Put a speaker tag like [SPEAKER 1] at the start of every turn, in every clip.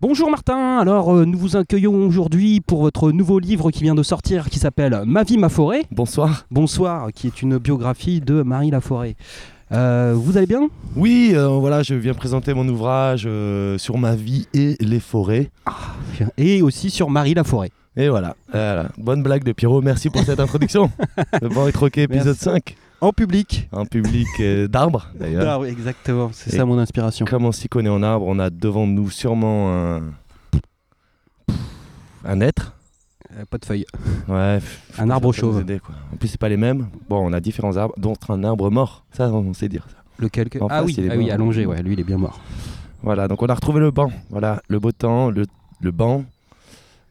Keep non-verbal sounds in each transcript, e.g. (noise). [SPEAKER 1] Bonjour Martin, alors euh, nous vous accueillons aujourd'hui pour votre nouveau livre qui vient de sortir qui s'appelle Ma vie, ma forêt.
[SPEAKER 2] Bonsoir.
[SPEAKER 1] Bonsoir, qui est une biographie de Marie Laforêt. Euh, vous allez bien
[SPEAKER 2] Oui, euh, voilà, je viens présenter mon ouvrage euh, sur ma vie et les forêts.
[SPEAKER 1] Et aussi sur Marie Laforêt.
[SPEAKER 2] Et voilà, voilà. bonne blague de Pierrot, merci pour cette introduction.
[SPEAKER 1] (laughs)
[SPEAKER 2] Le bon et troqué épisode
[SPEAKER 1] Merci.
[SPEAKER 2] 5,
[SPEAKER 1] En public
[SPEAKER 2] un public euh, d'arbres d'ailleurs.
[SPEAKER 1] Ah oui, exactement, c'est
[SPEAKER 2] Et-
[SPEAKER 1] ça mon inspiration.
[SPEAKER 2] Comme on s'y connaît en arbre, on a devant nous sûrement un... Un être
[SPEAKER 1] Euh, pas de feuilles.
[SPEAKER 2] Ouais.
[SPEAKER 1] Un arbre
[SPEAKER 2] ça peut nous
[SPEAKER 1] chauve.
[SPEAKER 2] aider, quoi. En plus, c'est pas les mêmes. Bon, on a différents arbres, dont un arbre mort. Ça, on sait dire.
[SPEAKER 1] Lequel que-
[SPEAKER 2] En
[SPEAKER 1] Ah
[SPEAKER 2] face,
[SPEAKER 1] oui,
[SPEAKER 2] il est
[SPEAKER 1] ah oui,
[SPEAKER 2] mort.
[SPEAKER 1] allongé, ouais, lui il est bien mort.
[SPEAKER 2] Voilà, donc on a retrouvé le banc. Voilà, le beau temps, le, le banc.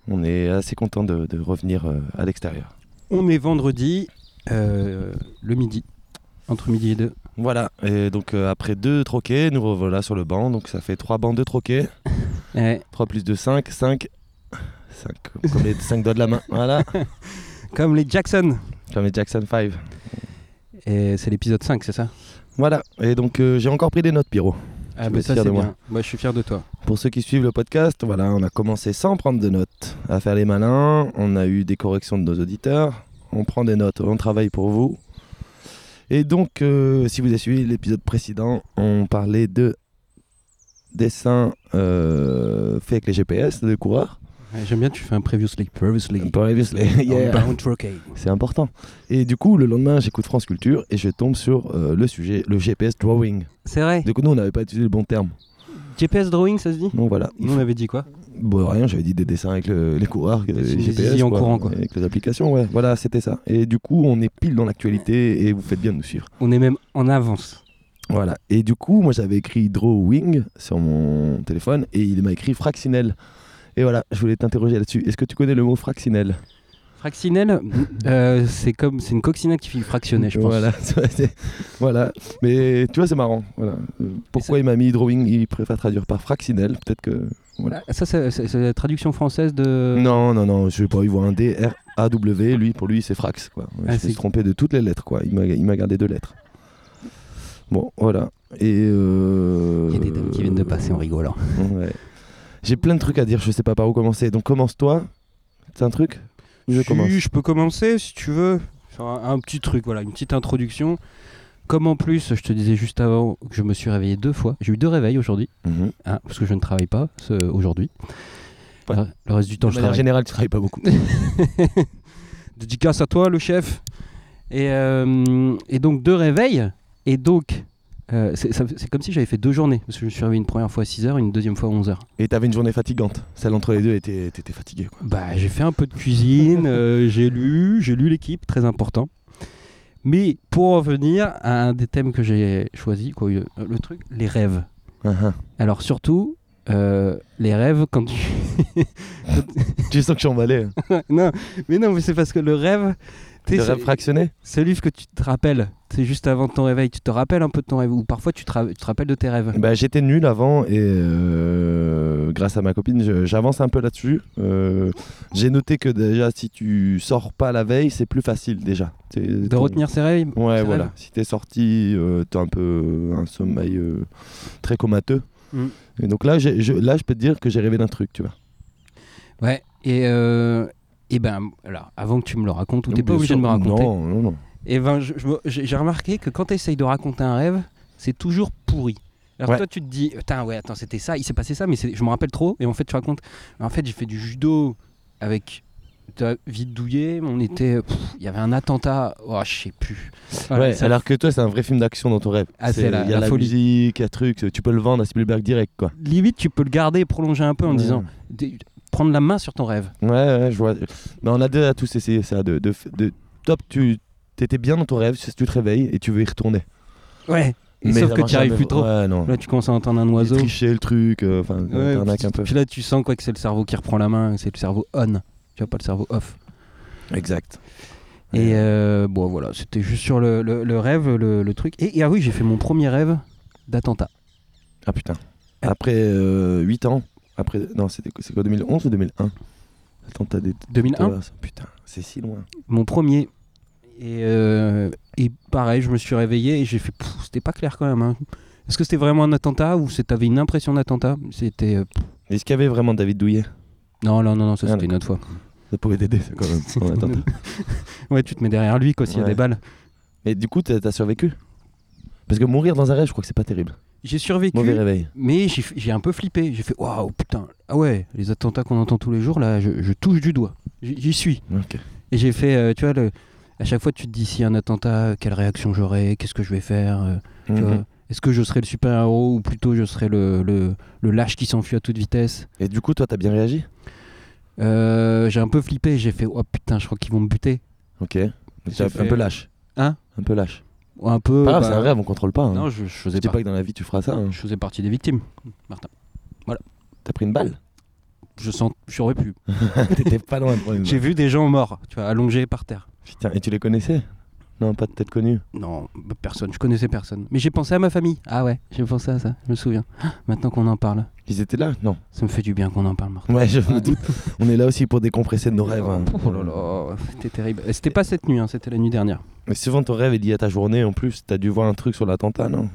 [SPEAKER 2] On est assez content de, de revenir euh, à l'extérieur.
[SPEAKER 1] On est vendredi, euh, le midi, entre midi et deux.
[SPEAKER 2] Voilà, et donc euh, après deux troquets, nous revoilà sur le banc. Donc ça fait trois bancs, deux troquets.
[SPEAKER 1] Eh,
[SPEAKER 2] 3 plus 2, 5, 5. 5, comme les 5 doigts de la main. Voilà,
[SPEAKER 1] comme les Jackson.
[SPEAKER 2] comme les Jackson 5.
[SPEAKER 1] Et c'est l'épisode 5, c'est ça
[SPEAKER 2] Voilà, et donc euh, j'ai encore pris des notes, Pyro.
[SPEAKER 1] Ah
[SPEAKER 2] bah, ça, c'est bien.
[SPEAKER 1] Moi je suis fier de toi.
[SPEAKER 2] Pour ceux qui suivent le podcast, voilà, on a commencé sans prendre de notes, à faire les malins, on a eu des corrections de nos auditeurs, on prend des notes, on travaille pour vous. Et donc, euh, si vous avez suivi l'épisode précédent, on parlait de dessins euh, faits avec les GPS de coureurs.
[SPEAKER 1] Ouais, J'aime bien, tu fais un previously. Previously.
[SPEAKER 2] Previously, (laughs) yeah.
[SPEAKER 1] On Bound Rocket.
[SPEAKER 2] C'est important. Et du coup, le lendemain, j'écoute France Culture et je tombe sur euh, le sujet, le GPS drawing.
[SPEAKER 1] C'est vrai.
[SPEAKER 2] Du coup, nous, on n'avait pas utilisé le bon terme.
[SPEAKER 1] GPS drawing, ça se dit
[SPEAKER 2] Donc voilà, il
[SPEAKER 1] Nous on avait dit quoi
[SPEAKER 2] Bon, rien, j'avais dit des dessins avec le- les coureurs, que-
[SPEAKER 1] Des
[SPEAKER 2] les
[SPEAKER 1] petits
[SPEAKER 2] GPS,
[SPEAKER 1] zizi en courant, quoi.
[SPEAKER 2] avec les applications, ouais. Voilà, c'était ça. Et du coup, on est pile dans l'actualité et vous faites bien de nous suivre.
[SPEAKER 1] On est même en avance.
[SPEAKER 2] Voilà. Et du coup, moi, j'avais écrit drawing sur mon téléphone et il m'a écrit fractionnel. Et voilà, je voulais t'interroger là-dessus. Est-ce que tu connais le mot fractionnel
[SPEAKER 1] Fractionnel, euh, c'est comme c'est une coccinelle qui fait fractionner, je pense.
[SPEAKER 2] Voilà, (laughs) c'est- voilà. Mais tu vois, c'est marrant. Voilà. Euh, Pourquoi il m'a mis drawing Il préfère traduire par fractionnel. Peut-être que. Voilà.
[SPEAKER 1] Ah, Ça, c'est c'est- c'est la traduction française de.
[SPEAKER 2] Non, non, non, je sais pas, il voit un D, R, A, W, lui, pour lui, c'est Frax, quoi.
[SPEAKER 1] Ah,
[SPEAKER 2] je me
[SPEAKER 1] c'est-
[SPEAKER 2] suis trompé de toutes les lettres, quoi. Il m'a il m'a gardé deux lettres. Bon, voilà. Et. euh,
[SPEAKER 1] Il y a des dames qui viennent de passer en rigolant.
[SPEAKER 2] (laughs) Ouais. J'ai plein de trucs à dire, je sais pas par où commencer. Donc commence-toi. C'est un truc Ou Je commence.
[SPEAKER 1] je peux commencer si tu veux. Faire un, un petit truc, voilà, une petite introduction. Comme en plus, je te disais juste avant que je me suis réveillé deux fois. J'ai eu deux réveils aujourd'hui,
[SPEAKER 2] Mhm.
[SPEAKER 1] hein, parce que je ne travaille pas ce- aujourd'hui.
[SPEAKER 2] Ouais. Bah,
[SPEAKER 1] Le- Le reste du temps,
[SPEAKER 2] De
[SPEAKER 1] je
[SPEAKER 2] manière
[SPEAKER 1] travaille.
[SPEAKER 2] générale, tu travailles pas beaucoup.
[SPEAKER 1] (laughs) Dédicace à toi, le chef. Et, euh, et donc, deux réveils. Et donc, euh, c'est ça- c'est comme si j'avais fait deux journées. Parce que je me suis réveillé une première fois à 6h, une deuxième fois à 11h.
[SPEAKER 2] Et t'avais une journée fatigante. Celle entre les deux, et t'es- t'étais fatigué, quoi.
[SPEAKER 1] Bah, j'ai fait un peu de cuisine, (laughs) euh, j'ai lu, j'ai lu l'équipe, très important. Mais pour en venir à un des thèmes que j'ai choisi, quoi, le, le truc, les rêves.
[SPEAKER 2] Ah, ah.
[SPEAKER 1] Alors surtout, euh, les rêves quand tu... (laughs)
[SPEAKER 2] tu sens que je suis emballé. hein.
[SPEAKER 1] non, mais non, mais c'est parce que le rêve, tu sais,
[SPEAKER 2] Le
[SPEAKER 1] c'est-
[SPEAKER 2] rêve fractionné
[SPEAKER 1] c'est le livre que tu te rappelles. C'est juste avant ton réveil, tu te rappelles un peu de ton rêve, ou parfois tu te, ra- tu te rappelles de tes rêves.
[SPEAKER 2] Bah, J'étais nul avant et euh, grâce à ma copine, je- j'avance un peu là-dessus. Euh, J'ai noté que déjà, si tu sors pas la veille, c'est plus facile déjà. C'est
[SPEAKER 1] De
[SPEAKER 2] ton-
[SPEAKER 1] retenir ses rêves
[SPEAKER 2] Ouais,
[SPEAKER 1] ses
[SPEAKER 2] voilà.
[SPEAKER 1] rêves.
[SPEAKER 2] Si t'es sorti, euh, t'as un peu un sommeil euh, très comateux.
[SPEAKER 1] Mm.
[SPEAKER 2] Et donc là, j'ai- je, là, je peux te dire que j'ai rêvé d'un truc, tu vois.
[SPEAKER 1] Ouais, et, euh, et ben, alors, avant que tu me le racontes, ou t'es
[SPEAKER 2] Donc,
[SPEAKER 1] pas
[SPEAKER 2] bien
[SPEAKER 1] obligé
[SPEAKER 2] sûr-
[SPEAKER 1] de me raconter.
[SPEAKER 2] Non, non, non.
[SPEAKER 1] Et ben, je- je me- j'ai j'ai remarqué que quand tu essayes de raconter un rêve, c'est toujours pourri. Alors
[SPEAKER 2] Ouais.
[SPEAKER 1] toi, tu te dis, putain, ouais, attends, c'était ça, il s'est passé ça, mais c'est- je me rappelle trop. Et en fait, tu racontes, en fait, j'ai fait du judo avec t'as vite douillet, on était, pff, il y avait un attentat, oh, je sais plus. Voilà,
[SPEAKER 2] Ouais,
[SPEAKER 1] ça-
[SPEAKER 2] alors que toi, c'est un vrai film d'action dans ton rêve.
[SPEAKER 1] Ah, c'est la-
[SPEAKER 2] il y a
[SPEAKER 1] la
[SPEAKER 2] la,
[SPEAKER 1] folie.
[SPEAKER 2] musique, il y a truc. Tu peux le vendre à Spielberg direct, quoi.
[SPEAKER 1] Limite, tu peux le garder et prolonger un peu en
[SPEAKER 2] Ouais.
[SPEAKER 1] disant, des- prendre la main sur ton rêve.
[SPEAKER 2] Ouais, ouais, je vois. Mais on a déjà tous essayé ça. De, de, de- top, tu t'étais bien dans ton rêve, si tu te réveilles et tu veux y retourner.
[SPEAKER 1] Ouais. Et
[SPEAKER 2] Mais
[SPEAKER 1] sauf
[SPEAKER 2] ça
[SPEAKER 1] que
[SPEAKER 2] marche
[SPEAKER 1] tu arrives
[SPEAKER 2] jamais.
[SPEAKER 1] plus trop.
[SPEAKER 2] Ouais, non.
[SPEAKER 1] Là, tu commences à entendre un oiseau.
[SPEAKER 2] Tricher le truc, euh, enfin,
[SPEAKER 1] Ouais,
[SPEAKER 2] t'arnaques
[SPEAKER 1] puis-
[SPEAKER 2] un peu.
[SPEAKER 1] Puis là, tu sens quoi que c'est le cerveau qui reprend la main, c'est le cerveau on. Tu vois pas le cerveau off.
[SPEAKER 2] Exact.
[SPEAKER 1] Et euh, bon, voilà, c'était juste sur le, le- le rêve, le, le truc. Et, et ah oui, j'ai fait mon premier rêve d'attentat.
[SPEAKER 2] Ah putain. Après 8 ans, après. Non, c'était c'est quoi, 2011 ou 2001 Attends, t'as des.
[SPEAKER 1] 2001,
[SPEAKER 2] t'as- Putain, c'est si loin.
[SPEAKER 1] mon premier. Et, euh, et pareil, je me suis réveillé et j'ai fait, Pff, c'était pas clair quand même. hein. Est-ce que c'était vraiment un attentat ou c'est- t'avais une impression d'attentat C'était euh, pff,
[SPEAKER 2] Est-ce qu'il y avait vraiment David Douillet
[SPEAKER 1] Non, non, non, non ça
[SPEAKER 2] Ah,
[SPEAKER 1] c'était une autre fois.
[SPEAKER 2] Ça pouvait t'aider, ça, quand même.
[SPEAKER 1] (laughs) C'était
[SPEAKER 2] en
[SPEAKER 1] une
[SPEAKER 2] attendant.
[SPEAKER 1] autre- ouais, tu te mets derrière lui quoi s'il y a
[SPEAKER 2] Ouais.
[SPEAKER 1] des balles.
[SPEAKER 2] Mais du coup, t'as t'as survécu Parce que mourir dans un rêve, je crois que c'est pas terrible.
[SPEAKER 1] J'ai survécu,
[SPEAKER 2] Mauvais réveil.
[SPEAKER 1] mais j'ai f- j'ai un peu flippé. J'ai fait waouh putain, ah ouais, les attentats qu'on entend tous les jours là, je, je touche du doigt. J- J'y suis.
[SPEAKER 2] Ok.
[SPEAKER 1] Et j'ai fait, euh, tu vois, le- à chaque fois tu te dis s'il y a un attentat, quelle réaction j'aurai, qu'est-ce que je vais faire. euh, tu
[SPEAKER 2] Mhm.
[SPEAKER 1] vois. Est-ce que je serai le super-héros ou plutôt je serai le, le, le lâche qui s'enfuit à toute vitesse
[SPEAKER 2] Et du coup, toi, t'as bien réagi
[SPEAKER 1] Euh, J'ai un peu flippé, j'ai fait oh putain, je crois qu'ils vont me buter.
[SPEAKER 2] Ok. Donc,
[SPEAKER 1] J'ai
[SPEAKER 2] t'es un
[SPEAKER 1] fait-
[SPEAKER 2] peu lâche.
[SPEAKER 1] Hein
[SPEAKER 2] Un peu lâche.
[SPEAKER 1] Ou Un peu.
[SPEAKER 2] Pas grave,
[SPEAKER 1] bah,
[SPEAKER 2] c'est un rêve, on contrôle pas. hein.
[SPEAKER 1] Non, je, je faisais
[SPEAKER 2] Euh, je dis
[SPEAKER 1] pas.
[SPEAKER 2] pas que dans la vie tu feras ça. hein.
[SPEAKER 1] Je faisais partie des victimes, Martin.
[SPEAKER 2] T'as pris une balle. (laughs)
[SPEAKER 1] Je sens, j'aurais pu.
[SPEAKER 2] T'étais pas loin de prendre une
[SPEAKER 1] J'ai
[SPEAKER 2] balle.
[SPEAKER 1] vu des gens morts, tu vois, allongés par terre.
[SPEAKER 2] Putain, et tu les connaissais Non, pas de tête connue.
[SPEAKER 1] Non, bah, personne, je connaissais personne. Mais j'ai pensé à ma famille. Ah ouais, j'ai pensé à ça, je me souviens. (gasps) Ah, Maintenant qu'on en parle,
[SPEAKER 2] Ils étaient là Non.
[SPEAKER 1] ça me fait du bien qu'on en parle, Martin.
[SPEAKER 2] Ouais, je me
[SPEAKER 1] Ouais.
[SPEAKER 2] doute. On est là aussi pour décompresser de nos rêves. hein.
[SPEAKER 1] Oh là là, c'était terrible. Et C'était pas cette nuit, hein, c'était la nuit dernière.
[SPEAKER 2] Mais souvent ton rêve est lié à ta journée en plus. T'as dû voir un truc sur l'attentat, non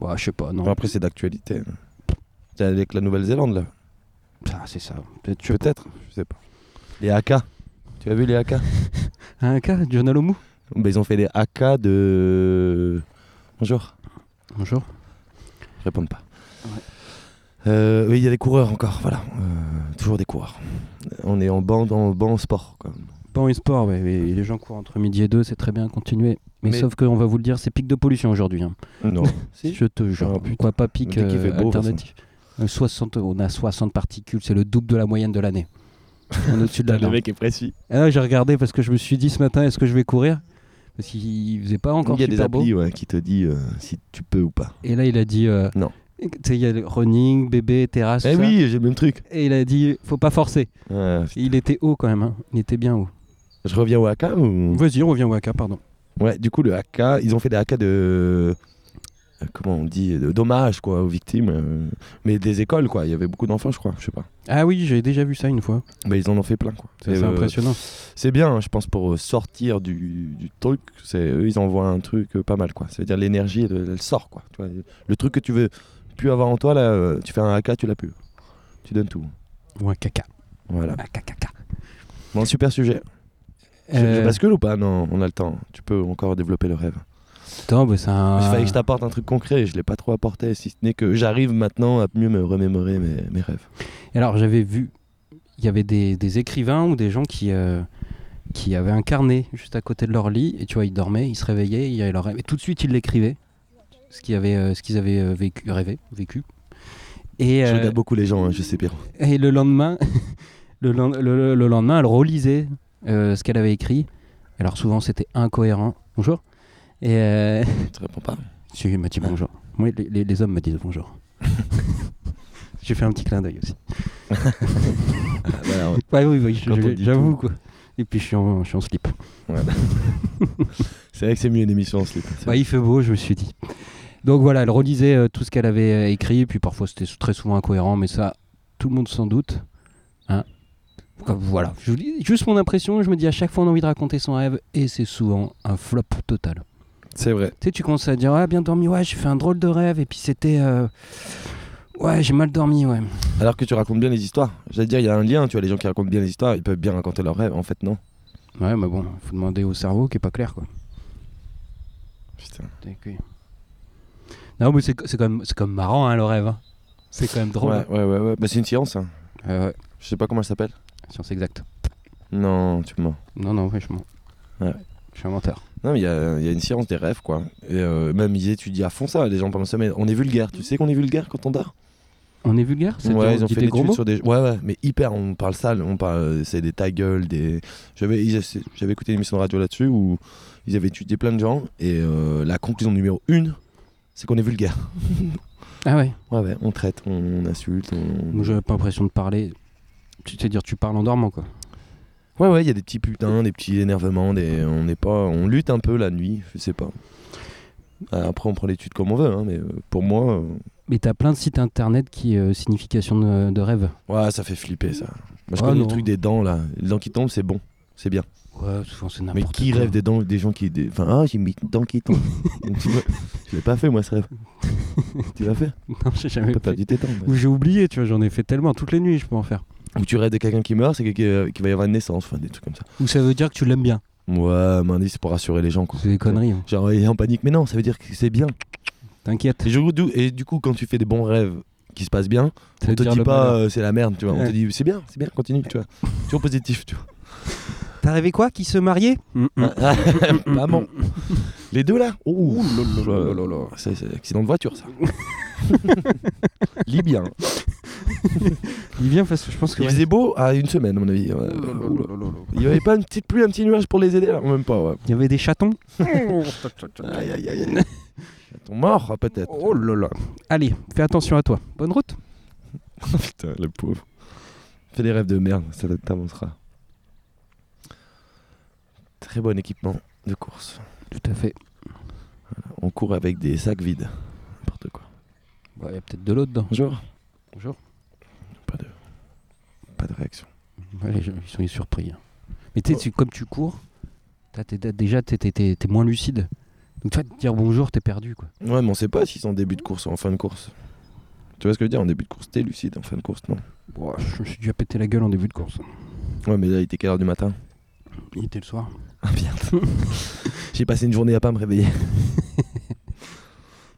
[SPEAKER 1] Bah, je sais pas, non.
[SPEAKER 2] Enfin, Après, c'est d'actualité. C'est avec la Nouvelle-Zélande là.
[SPEAKER 1] Ah, c'est ça. Peut-être je-
[SPEAKER 2] Peut-être, je sais pas. Les AK. Tu as vu les (laughs) AK
[SPEAKER 1] Un cas, John Alomou.
[SPEAKER 2] Bah, Ils ont fait des AK de. Bonjour.
[SPEAKER 1] Bonjour.
[SPEAKER 2] Ils répondent pas.
[SPEAKER 1] Ouais.
[SPEAKER 2] Euh, oui, il y a des coureurs encore, voilà. Euh, toujours des coureurs. On est en banc, en banc sport. Quoi.
[SPEAKER 1] Bon, et sport, ouais, mais les gens courent entre midi et deux, c'est très bien, continuez. Mais,
[SPEAKER 2] Mais-
[SPEAKER 1] sauf qu'on va vous le dire, c'est pic de pollution aujourd'hui. hein.
[SPEAKER 2] Non. (laughs) si
[SPEAKER 1] Je te jure.
[SPEAKER 2] Ah, putain.
[SPEAKER 1] Quoi, pas pic
[SPEAKER 2] Dès qu'il
[SPEAKER 1] euh,
[SPEAKER 2] fait beau, de toute
[SPEAKER 1] alternatif. Euh, 60, on a 60 particules, c'est le double de la moyenne de
[SPEAKER 2] (laughs)
[SPEAKER 1] l'année. On est au-dessus de la
[SPEAKER 2] Le
[SPEAKER 1] norme.
[SPEAKER 2] mec est précis.
[SPEAKER 1] Ah, J'ai regardé parce que je me suis dit ce matin, est-ce que je vais courir Parce qu'il faisait pas encore
[SPEAKER 2] il y a des
[SPEAKER 1] super beau.
[SPEAKER 2] applis ouais, qui te dit euh, si tu peux ou pas.
[SPEAKER 1] Et là, il a dit. euh,
[SPEAKER 2] Non.
[SPEAKER 1] Tu sais, il y a le running, bébé, terrasse.
[SPEAKER 2] Eh
[SPEAKER 1] tout ça.
[SPEAKER 2] oui, j'ai le même truc.
[SPEAKER 1] Et il a dit, faut pas forcer.
[SPEAKER 2] Ouais,
[SPEAKER 1] Et il était haut quand même, hein. il était bien haut.
[SPEAKER 2] je reviens au AK ou...
[SPEAKER 1] Vas-y, on revient au AK, pardon.
[SPEAKER 2] Ouais, du coup, le AK, ils ont fait des AK de. euh, Comment on dit de Dommages, quoi, aux victimes. euh, Mais des écoles, quoi. Il y avait beaucoup d'enfants, je crois. Je sais pas.
[SPEAKER 1] Ah oui, j'ai déjà vu ça une fois.
[SPEAKER 2] Mais ils en ont fait plein, quoi.
[SPEAKER 1] Ça,
[SPEAKER 2] Et,
[SPEAKER 1] C'est
[SPEAKER 2] euh,
[SPEAKER 1] impressionnant.
[SPEAKER 2] C'est bien, hein, je pense, pour euh, sortir du, du truc. c'est- Eux, ils envoient un truc euh, pas mal, quoi. C'est-à-dire l'énergie, elle, elle sort, quoi. Tu vois, le truc que tu veux plus avoir en toi, là, euh, tu fais un AK, tu l'as plus. Tu donnes tout.
[SPEAKER 1] Ou un caca.
[SPEAKER 2] Voilà.
[SPEAKER 1] Un caca.
[SPEAKER 2] Bon, super sujet.
[SPEAKER 1] Euh,
[SPEAKER 2] Je- Je bascule ou pas Non, on a le temps. Tu peux encore développer le rêve.
[SPEAKER 1] Attends, bah, c'est un.
[SPEAKER 2] Il fallait que je t'apporte un truc concret. Je l'ai pas trop apporté, si ce n'est que j'arrive maintenant à mieux me remémorer mes, mes rêves.
[SPEAKER 1] Alors, j'avais vu, il y avait des, des écrivains ou des gens qui, euh, qui avaient un carnet juste à côté de leur lit. Et tu vois, ils dormaient, ils se réveillaient, il y avait leur rêve. Et tout de suite, ils l'écrivaient. Ce qu'ils avaient, euh, ce qu'ils avaient euh, vécu, rêvé, vécu. Et,
[SPEAKER 2] Je
[SPEAKER 1] euh,
[SPEAKER 2] regarde beaucoup les gens, hein, je sais Pierrot.
[SPEAKER 1] Et le lendemain, (laughs) le, len- le- le- le lendemain, elle relisait euh, ce qu'elle avait écrit. Alors souvent, c'était incohérent. Bonjour. Et euh, (laughs)
[SPEAKER 2] Tu te réponds pas
[SPEAKER 1] si, il m'a dit bonjour. Oui, les- les, les hommes me disent (laughs) bonjour. J'ai fait un petit clin d'œil aussi.
[SPEAKER 2] Ah, voilà, ouais.
[SPEAKER 1] Ouais, oui, oui, je-
[SPEAKER 2] Quand on
[SPEAKER 1] je-
[SPEAKER 2] dit
[SPEAKER 1] j'avoue
[SPEAKER 2] tout.
[SPEAKER 1] quoi. Et puis je suis en, je suis en slip.
[SPEAKER 2] C'est vrai que c'est mieux une émission en slip. C'est
[SPEAKER 1] Ouais, Bah, il fait beau, je me suis dit. Donc voilà, elle relisait euh, tout ce qu'elle avait euh, écrit, puis parfois c'était sou- très souvent incohérent, mais ça, tout le monde s'en doute. Hein Comme- voilà, je vous dis juste mon impression, je me dis à chaque fois on a envie de raconter son rêve, et c'est souvent un flop total.
[SPEAKER 2] c'est vrai.
[SPEAKER 1] Tu sais, tu commences à dire, ah bien dormi, ouais, j'ai fait un drôle de rêve, et puis c'était... euh, Ouais, j'ai mal dormi, ouais.
[SPEAKER 2] Alors que tu racontes bien les histoires. J'allais dire, il y a un lien, tu vois, les gens qui racontent bien les histoires, ils peuvent bien raconter leurs rêves. En fait, non.
[SPEAKER 1] Ouais, mais bon, faut demander au cerveau qui est pas clair, quoi.
[SPEAKER 2] Putain.
[SPEAKER 1] T'es cuit. Non, mais c'est c'est quand, même- c'est quand même marrant, hein, le rêve. hein. C'est quand même drôle.
[SPEAKER 2] Ouais, ouais, ouais. ouais. Bah, c'est une science, hein.
[SPEAKER 1] Ouais, ouais,
[SPEAKER 2] Je sais pas comment elle s'appelle.
[SPEAKER 1] science exacte.
[SPEAKER 2] Non, tu me mens.
[SPEAKER 1] Non, non, franchement.
[SPEAKER 2] Ouais.
[SPEAKER 1] Je suis un menteur.
[SPEAKER 2] Non, mais il y a, il y a une science des rêves, quoi. Et euh, même ils étudient à fond ça, les gens pendant la semaine. On est vulgaire. Tu sais qu'on est vulgaire quand on dort
[SPEAKER 1] On est vulgaire C'est-à-dire,
[SPEAKER 2] Ouais, ils
[SPEAKER 1] on
[SPEAKER 2] ont
[SPEAKER 1] dit
[SPEAKER 2] fait
[SPEAKER 1] des
[SPEAKER 2] des
[SPEAKER 1] gros
[SPEAKER 2] études
[SPEAKER 1] mots
[SPEAKER 2] sur des. Ouais, ouais, mais hyper, on parle sale, on parle. euh, C'est des ta gueule, des. J'avais ils- j'avais écouté une émission de radio là-dessus où ils avaient étudié plein de gens et euh, la conclusion numéro une, c'est qu'on est vulgaire.
[SPEAKER 1] Ah ouais.
[SPEAKER 2] Ouais, ouais, on traite, on, on insulte, on.
[SPEAKER 1] Moi, j'avais pas l'impression de parler. Tu sais dire, tu parles en dormant, quoi.
[SPEAKER 2] Ouais, ouais, il y a des petits putains, des petits énervements, des... on n'est pas. On lutte un peu la nuit, je sais pas. Euh, Après, on prend l'étude comme on veut, hein, mais euh, pour moi, euh,
[SPEAKER 1] Mais t'as plein de sites internet qui euh, signification de, de rêve.
[SPEAKER 2] ouais, ça fait flipper ça. Moi, je
[SPEAKER 1] Ah,
[SPEAKER 2] connais
[SPEAKER 1] non.
[SPEAKER 2] le truc des dents là. Les dents qui tombent, c'est bon. c'est bien.
[SPEAKER 1] Ouais, souvent c'est
[SPEAKER 2] Mais
[SPEAKER 1] n'importe quoi.
[SPEAKER 2] qui rêve des, dents, des gens qui. des- Enfin, ah, j'ai mis une dent qui (laughs) tombe. Tu vois, je l'ai pas fait, moi, ce rêve. tu l'as fait
[SPEAKER 1] (laughs) Non, j'ai jamais
[SPEAKER 2] T'as
[SPEAKER 1] fait.
[SPEAKER 2] perdu tes dents. (laughs) ouais.
[SPEAKER 1] Ou j'ai oublié, tu vois, j'en ai fait tellement toutes les nuits, je peux en faire.
[SPEAKER 2] Ou tu rêves de quelqu'un qui meurt, c'est que- que- qu'il va y avoir une naissance, enfin, des trucs comme ça.
[SPEAKER 1] Ou ça veut dire que tu l'aimes bien.
[SPEAKER 2] Ouais, mais un indice, c'est pour rassurer les gens, quoi.
[SPEAKER 1] C'est des conneries. hein.
[SPEAKER 2] Genre, il est en panique, mais non, ça veut dire que c'est bien.
[SPEAKER 1] T'inquiète.
[SPEAKER 2] Et, je- d'où- et du coup, quand tu fais des bons rêves qui se passent bien,
[SPEAKER 1] Ça
[SPEAKER 2] on
[SPEAKER 1] veut
[SPEAKER 2] te
[SPEAKER 1] dire
[SPEAKER 2] dit
[SPEAKER 1] le
[SPEAKER 2] pas
[SPEAKER 1] bonheur.
[SPEAKER 2] euh, c'est la merde, tu vois. On
[SPEAKER 1] Ouais.
[SPEAKER 2] te dit c'est bien, c'est bien, continue, tu vois. Toujours positif, tu vois.
[SPEAKER 1] T'as rêvé quoi Qui se mariait Mm, mm.
[SPEAKER 2] Ah, (laughs) Maman. Les deux là Ouh,
[SPEAKER 1] là,
[SPEAKER 2] Ça, C'est accident de voiture, ça. (laughs) Libyen.
[SPEAKER 1] Il vient parce que je pense que.
[SPEAKER 2] Il faisait beau à une semaine, à mon avis. Ouais. Ouh là. Il y avait pas une petite pluie, un petit nuage pour les aider là Même pas, ouais.
[SPEAKER 1] Il y avait des chatons.
[SPEAKER 2] Aïe, aïe, aïe, aïe. Ton mort, peut-être.
[SPEAKER 1] Oh là là. Allez, fais attention à toi. Bonne route.
[SPEAKER 2] Putain, le pauvre. Fais des rêves de merde, ça t'avancera. Très bon équipement de course.
[SPEAKER 1] Tout à fait.
[SPEAKER 2] On court avec des sacs vides. N'importe quoi.
[SPEAKER 1] Bah, Il y a peut-être de l'eau dedans.
[SPEAKER 2] Bonjour.
[SPEAKER 1] Bonjour.
[SPEAKER 2] Pas de, pas de réaction.
[SPEAKER 1] Ouais, les gens, ils sont surpris. hein. Mais tu sais, tu- comme tu cours, t'as- t'es- t'as- déjà, t'es, t'es- t'es- t'es moins lucide. Donc tu vas te dire bonjour, t'es perdu. quoi.
[SPEAKER 2] Ouais, mais on sait pas si c'est en début de course ou en fin de course. Tu vois ce que je veux dire En début de course, t'es lucide. En fin de course, non.
[SPEAKER 1] Bon, je me suis déjà pété la gueule en début de course. hein.
[SPEAKER 2] Ouais, mais là, il était quelle heure du matin
[SPEAKER 1] Il était le soir.
[SPEAKER 2] Ah merde. J'ai passé une journée à pas me réveiller.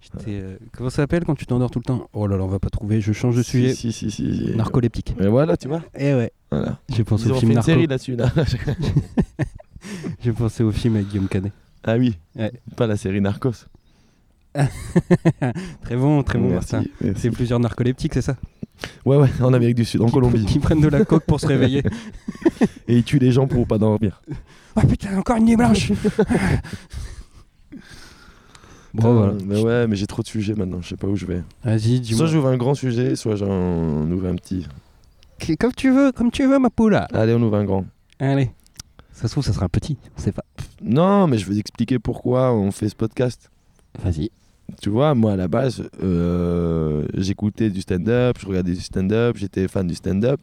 [SPEAKER 1] J'étais, euh, comment ça s'appelle quand tu t'endors tout le temps Oh là là, on va pas trouver, je change de sujet.
[SPEAKER 2] (laughs) Si, si, si. si, si.
[SPEAKER 1] Narcoleptique.
[SPEAKER 2] Mais voilà, tu vois.
[SPEAKER 1] Eh ouais,
[SPEAKER 2] Voilà.
[SPEAKER 1] j'ai pensé
[SPEAKER 2] Ils
[SPEAKER 1] au
[SPEAKER 2] ont fait
[SPEAKER 1] film
[SPEAKER 2] une
[SPEAKER 1] Narco.
[SPEAKER 2] série là-dessus, là.
[SPEAKER 1] (laughs) J'ai pensé au film avec Guillaume Canet. (laughs)
[SPEAKER 2] ah oui.
[SPEAKER 1] Ouais.
[SPEAKER 2] Pas la série Narcos.
[SPEAKER 1] Très bon, très bon,
[SPEAKER 2] Merci,
[SPEAKER 1] Martin.
[SPEAKER 2] merci.
[SPEAKER 1] C'est plusieurs narcoleptiques, c'est ça
[SPEAKER 2] Ouais, ouais, en Amérique du Sud, en
[SPEAKER 1] Qui-
[SPEAKER 2] Colombie.
[SPEAKER 1] Qui prennent de la coke
[SPEAKER 2] (laughs)
[SPEAKER 1] pour se réveiller.
[SPEAKER 2] Et ils tuent les gens pour pas dormir.
[SPEAKER 1] oh putain, encore une nuit (laughs) blanche Bon,
[SPEAKER 2] Putain,
[SPEAKER 1] voilà.
[SPEAKER 2] Mais ouais, mais j'ai trop de sujets maintenant, je sais pas où je vais.
[SPEAKER 1] Vas-y,
[SPEAKER 2] soit
[SPEAKER 1] dis-moi.
[SPEAKER 2] j'ouvre un grand sujet, soit j'en ouvre un petit.
[SPEAKER 1] Qu- Comme tu veux, comme tu veux, ma poule.
[SPEAKER 2] Allez, on ouvre un grand.
[SPEAKER 1] Allez. Ça se trouve, ça sera un petit. On sait pas.
[SPEAKER 2] Non, mais je veux expliquer pourquoi on fait ce podcast.
[SPEAKER 1] Vas-y.
[SPEAKER 2] Tu vois, moi à la base, euh, j'écoutais du stand-up, je regardais du stand-up, j'étais fan du stand-up.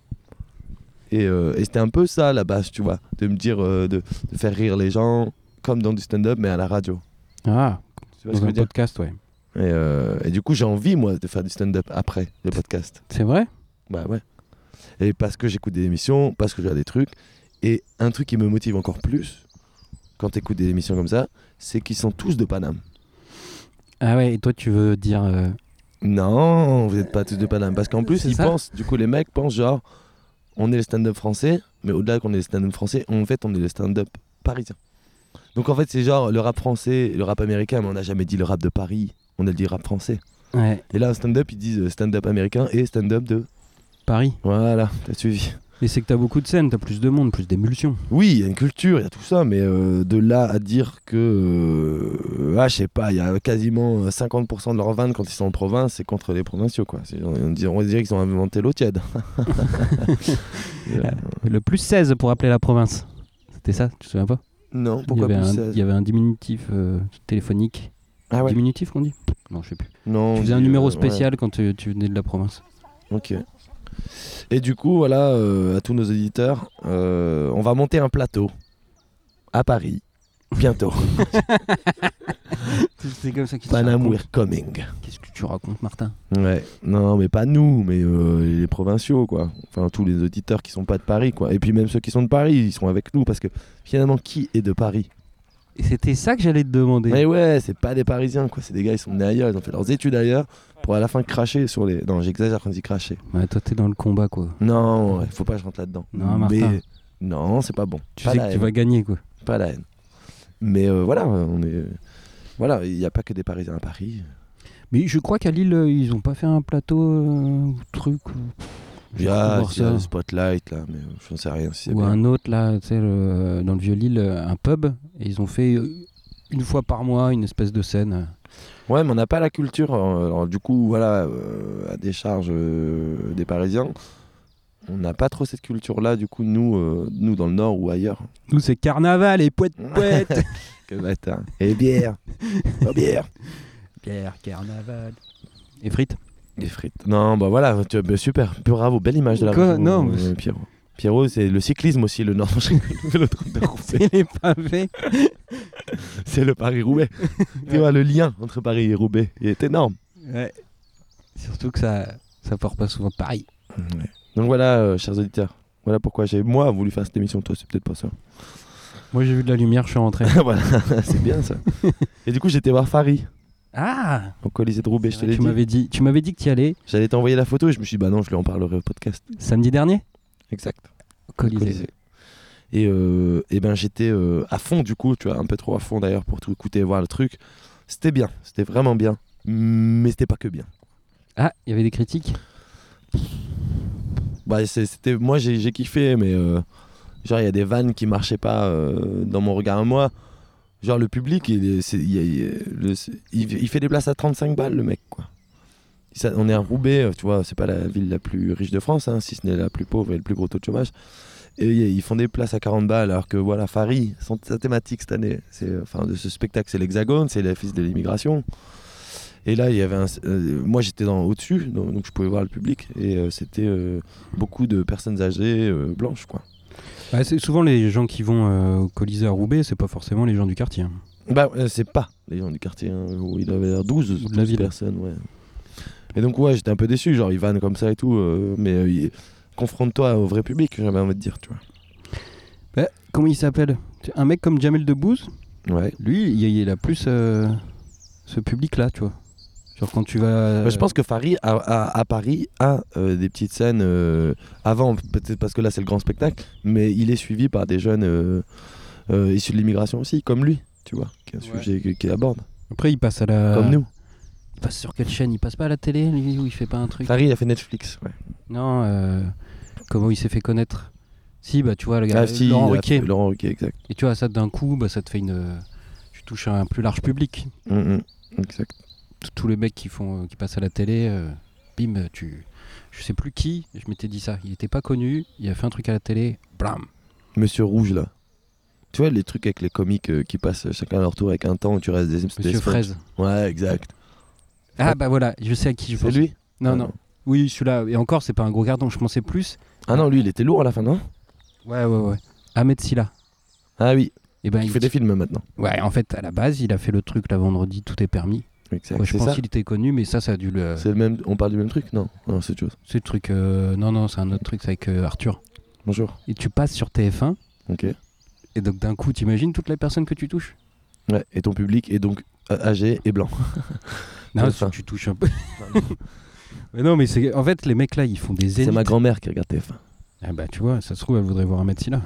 [SPEAKER 2] Et, euh, et c'était un peu ça la base, tu vois, de me dire, euh, de, de faire rire les gens comme dans du stand-up, mais à la radio.
[SPEAKER 1] Ah,
[SPEAKER 2] Tu
[SPEAKER 1] dans
[SPEAKER 2] vois ce que je
[SPEAKER 1] un
[SPEAKER 2] veux dire
[SPEAKER 1] podcast, ouais.
[SPEAKER 2] et, euh, et du coup, j'ai envie, moi, de faire du stand-up après le podcast.
[SPEAKER 1] C'est vrai
[SPEAKER 2] Bah ouais. Et parce que j'écoute des émissions, parce que je regarde des trucs. Et un truc qui me motive encore plus quand t'écoutes des émissions comme ça, c'est qu'ils sont tous de Paname.
[SPEAKER 1] Ah ouais, et toi, tu veux dire. euh,
[SPEAKER 2] Non, vous n'êtes pas tous de Paname. Parce qu'en plus,
[SPEAKER 1] C'est
[SPEAKER 2] ils
[SPEAKER 1] ça
[SPEAKER 2] pensent, du coup, les mecs pensent genre, on est le stand-up français, mais au-delà qu'on est le stand-up français, en fait, on est le stand-up parisien. Donc en fait, c'est genre le rap français, le rap américain, mais on n'a jamais dit le rap de Paris, on a dit le rap français.
[SPEAKER 1] Ouais,
[SPEAKER 2] Et là, en stand-up, ils disent euh, stand-up américain et stand-up de.
[SPEAKER 1] Paris.
[SPEAKER 2] Voilà, t'as suivi.
[SPEAKER 1] Et c'est que t'as beaucoup de scènes, t'as plus de monde, plus d'émulsion.
[SPEAKER 2] Oui, il y a une culture, il y a tout ça, mais euh, de là à dire que. euh, ah, je sais pas, il y a quasiment euh, 50% de leurs vannes quand ils sont en province, c'est contre les provinciaux, quoi. C'est- On dirait, on dirait qu'ils ont inventé
[SPEAKER 1] (laughs)
[SPEAKER 2] l'eau tiède. (laughs) Euh,
[SPEAKER 1] Le plus 16 pour appeler la province. C'était ça Tu te souviens pas
[SPEAKER 2] non,
[SPEAKER 1] il y,
[SPEAKER 2] pourquoi
[SPEAKER 1] avait
[SPEAKER 2] plus
[SPEAKER 1] un,
[SPEAKER 2] 16?
[SPEAKER 1] il y avait un diminutif euh, téléphonique.
[SPEAKER 2] Ah ouais,
[SPEAKER 1] Diminutif qu'on dit Non, je sais plus.
[SPEAKER 2] non.
[SPEAKER 1] tu
[SPEAKER 2] on
[SPEAKER 1] faisais un
[SPEAKER 2] dit,
[SPEAKER 1] numéro
[SPEAKER 2] euh, ouais.
[SPEAKER 1] spécial quand tu, tu venais de la province.
[SPEAKER 2] Ok. Et du coup, voilà, euh, à tous nos auditeurs, euh, on va monter un plateau à Paris
[SPEAKER 1] (laughs)
[SPEAKER 2] bientôt.
[SPEAKER 1] C'est comme ça qu'ils
[SPEAKER 2] Panam, we're coming.
[SPEAKER 1] Qu'est-ce que tu racontes, Martin
[SPEAKER 2] Ouais, non, mais pas nous, mais euh, les provinciaux, quoi. Enfin, tous les auditeurs qui sont pas de Paris, quoi. Et puis même ceux qui sont de Paris, ils sont avec nous, parce que finalement, qui est de Paris
[SPEAKER 1] Et c'était ça que j'allais te demander.
[SPEAKER 2] Mais ouais, c'est pas des Parisiens, quoi. C'est des gars, ils sont nés ailleurs, ils ont fait leurs études ailleurs, pour à la fin cracher sur les. Non, j'exagère quand je dis cracher.
[SPEAKER 1] Ouais, toi, t'es dans le combat, quoi.
[SPEAKER 2] Non, ouais, faut pas que je rentre là-dedans.
[SPEAKER 1] Non, Martin.
[SPEAKER 2] Mais non, c'est pas bon.
[SPEAKER 1] Tu
[SPEAKER 2] pas
[SPEAKER 1] sais
[SPEAKER 2] la
[SPEAKER 1] que tu
[SPEAKER 2] haine.
[SPEAKER 1] vas gagner, quoi.
[SPEAKER 2] Pas la haine. Mais euh, voilà, on est. Voilà, il n'y a pas que des Parisiens à Paris.
[SPEAKER 1] Mais je crois qu'à Lille, euh, ils ont pas fait un plateau euh, ou truc ou,
[SPEAKER 2] Il y
[SPEAKER 1] cru
[SPEAKER 2] a,
[SPEAKER 1] voir
[SPEAKER 2] il y a
[SPEAKER 1] ça.
[SPEAKER 2] le spotlight, là, mais euh, je ne sais rien si c'est
[SPEAKER 1] ou
[SPEAKER 2] bien.
[SPEAKER 1] un autre là, tu sais, le- dans le vieux Lille, euh, un pub. Et ils ont fait euh, une fois par mois une espèce de scène.
[SPEAKER 2] Ouais, mais on n'a pas la culture. euh, Alors, du coup, voilà, euh, à décharge euh, des Parisiens, on n'a pas trop cette culture-là, du coup, nous, euh, nous dans le Nord ou ailleurs.
[SPEAKER 1] Nous, c'est carnaval et poète
[SPEAKER 2] (laughs)
[SPEAKER 1] poète.
[SPEAKER 2] Quel bâtard. Et (laughs) bière Oh, hein. bière
[SPEAKER 1] Pierre, carnaval. Et frites.
[SPEAKER 2] (laughs) Des frites. Non, bah voilà, tu, bah, super. Bravo, belle image de la
[SPEAKER 1] Quoi
[SPEAKER 2] région,
[SPEAKER 1] Non,
[SPEAKER 2] euh,
[SPEAKER 1] mais-
[SPEAKER 2] Pierrot. Pierrot, c'est le cyclisme aussi, le Nord. (laughs) le vélodrome
[SPEAKER 1] (laughs)
[SPEAKER 2] de Roubaix.
[SPEAKER 1] Il est pas fait.
[SPEAKER 2] c'est le Paris-Roubaix. tu vois, le lien entre Paris et Roubaix, il est énorme.
[SPEAKER 1] Ouais. Surtout que ça, ça part pas souvent de Paris.
[SPEAKER 2] Donc voilà, euh, chers auditeurs, voilà pourquoi j'ai moi voulu faire cette émission. Toi, c'est peut-être pas ça.
[SPEAKER 1] Moi j'ai vu de la lumière, je suis rentré.
[SPEAKER 2] (laughs) voilà, c'est bien ça. et du coup, j'étais voir Farid
[SPEAKER 1] Ah
[SPEAKER 2] au Colisée de Roubaix, je te l'ai
[SPEAKER 1] Tu
[SPEAKER 2] dit.
[SPEAKER 1] m'avais dit, tu m'avais dit que tu y allais
[SPEAKER 2] J'allais t'envoyer la photo et je me suis dit, bah non, je lui en parlerai au podcast.
[SPEAKER 1] samedi dernier.
[SPEAKER 2] Exact.
[SPEAKER 1] au Colisée.
[SPEAKER 2] Colisée. Et, euh, et ben j'étais euh, à fond du coup, tu vois, un peu trop à fond d'ailleurs pour tout écouter et voir le truc. C'était bien, c'était vraiment bien. Mais c'était pas que bien.
[SPEAKER 1] Ah, il y avait des critiques.
[SPEAKER 2] Bah, c'est- c'était, moi j'ai j'ai kiffé, mais euh, genre il y a des vannes qui marchaient pas euh, dans mon regard à moi. Genre le public, il, est- c'est- il y a- il y a- le- c'est- il- il fait des places à 35 balles le mec quoi. Ça- on est à Roubaix, euh, tu vois, c'est pas la ville la plus riche de France, hein, si ce n'est la plus pauvre et le plus gros taux de chômage. Et il y a- ils font des places à 40 balles, alors que voilà, Farid, son- sa thématique cette année, c'est, euh, enfin, de ce spectacle, c'est l'Hexagone, c'est la fils de l'immigration. Et là, il y avait un- euh, moi j'étais dans, au-dessus, donc, donc je pouvais voir le public, et euh, c'était euh, beaucoup de personnes âgées euh, blanches, quoi.
[SPEAKER 1] Ouais, Bah, c'est souvent les gens qui vont euh, au Colisée à Roubaix, c'est pas forcément les gens du quartier. hein.
[SPEAKER 2] Bah, euh, c'est pas les gens du quartier, hein, où il avait l'air 12,
[SPEAKER 1] Ou de la
[SPEAKER 2] 12
[SPEAKER 1] ville.
[SPEAKER 2] personnes, ouais. Et donc, ouais, j'étais un peu déçu, genre, ils vannent comme ça et tout, euh, mais euh, il- confronte-toi au vrai public, j'avais envie de dire, tu
[SPEAKER 1] Bah, Comment il s'appelle Un mec comme Jamel Debbouze,
[SPEAKER 2] vois. Ouais.
[SPEAKER 1] lui, il, il a plus euh, ce public-là, tu vois. Genre quand tu vas.
[SPEAKER 2] Bah, je pense que Farid, à, à- à Paris, a euh, des petites scènes euh, avant, peut-être parce que là, c'est le grand spectacle, mais il est suivi par des jeunes euh, euh, issus de l'immigration aussi, comme lui, tu vois, qui est un
[SPEAKER 1] Ouais.
[SPEAKER 2] sujet que- qu'il aborde,
[SPEAKER 1] Après, il passe à la.
[SPEAKER 2] comme nous.
[SPEAKER 1] Il passe sur quelle chaîne Il passe pas à la télé, lui, ou il fait pas un truc
[SPEAKER 2] Farid a fait Netflix, ouais.
[SPEAKER 1] Non, euh, comment il s'est fait connaître Si, bah tu vois, le gars,
[SPEAKER 2] Ah, si,
[SPEAKER 1] Laurent
[SPEAKER 2] il a
[SPEAKER 1] Ruquier.
[SPEAKER 2] fait Laurent Ruquier, exact.
[SPEAKER 1] Et tu vois, ça d'un coup, bah, ça te fait une. Tu touches un plus large public.
[SPEAKER 2] Mm, mm, exact.
[SPEAKER 1] T- Tous les mecs qui font, euh, qui passent à la télé, euh, bim, tu. Je sais plus qui, je m'étais dit ça. Il était pas connu, il a fait un truc à la télé, blam.
[SPEAKER 2] Monsieur Rouge, là. Tu vois, les trucs avec les comiques euh, qui passent chacun à leur tour avec un temps où tu restes des... des
[SPEAKER 1] Monsieur
[SPEAKER 2] sketchs.
[SPEAKER 1] Fraise.
[SPEAKER 2] Ouais, exact.
[SPEAKER 1] Ah bah voilà, je sais à qui je
[SPEAKER 2] C'est
[SPEAKER 1] pense.
[SPEAKER 2] lui
[SPEAKER 1] Non,
[SPEAKER 2] Ah,
[SPEAKER 1] non. Oui, celui-là. Et encore, c'est pas un gros carton, je pensais plus.
[SPEAKER 2] Ah non, lui, il était lourd à la fin, non
[SPEAKER 1] Ouais, ouais, ouais. Ahmed Silla.
[SPEAKER 2] Ah oui,
[SPEAKER 1] Et ben,
[SPEAKER 2] il
[SPEAKER 1] il-
[SPEAKER 2] fait des films maintenant.
[SPEAKER 1] Ouais, en fait, à la base, il a fait le truc là vendredi, tout est permis.
[SPEAKER 2] Exact.
[SPEAKER 1] Ouais, je
[SPEAKER 2] c'est
[SPEAKER 1] pense
[SPEAKER 2] ça
[SPEAKER 1] qu'il était connu, mais ça, ça a dû le.
[SPEAKER 2] C'est le même... On parle du même truc Non, non c'est autre chose.
[SPEAKER 1] C'est le truc. euh, Non, non, c'est un autre truc, c'est avec euh, Arthur.
[SPEAKER 2] Bonjour.
[SPEAKER 1] Et tu passes sur TF1,
[SPEAKER 2] Ok.
[SPEAKER 1] et donc d'un coup, t'imagines toutes les personnes que tu touches
[SPEAKER 2] Ouais, et ton public est donc euh, âgé et blanc.
[SPEAKER 1] Non,
[SPEAKER 2] TF1.
[SPEAKER 1] tu, tu touches un peu. (laughs) mais non, mais c'est. En fait, les mecs là, ils font des
[SPEAKER 2] C'est
[SPEAKER 1] zéniths.
[SPEAKER 2] ma grand-mère qui regarde TF1.
[SPEAKER 1] Ah bah, tu vois, ça se trouve, elle voudrait voir un médecin là.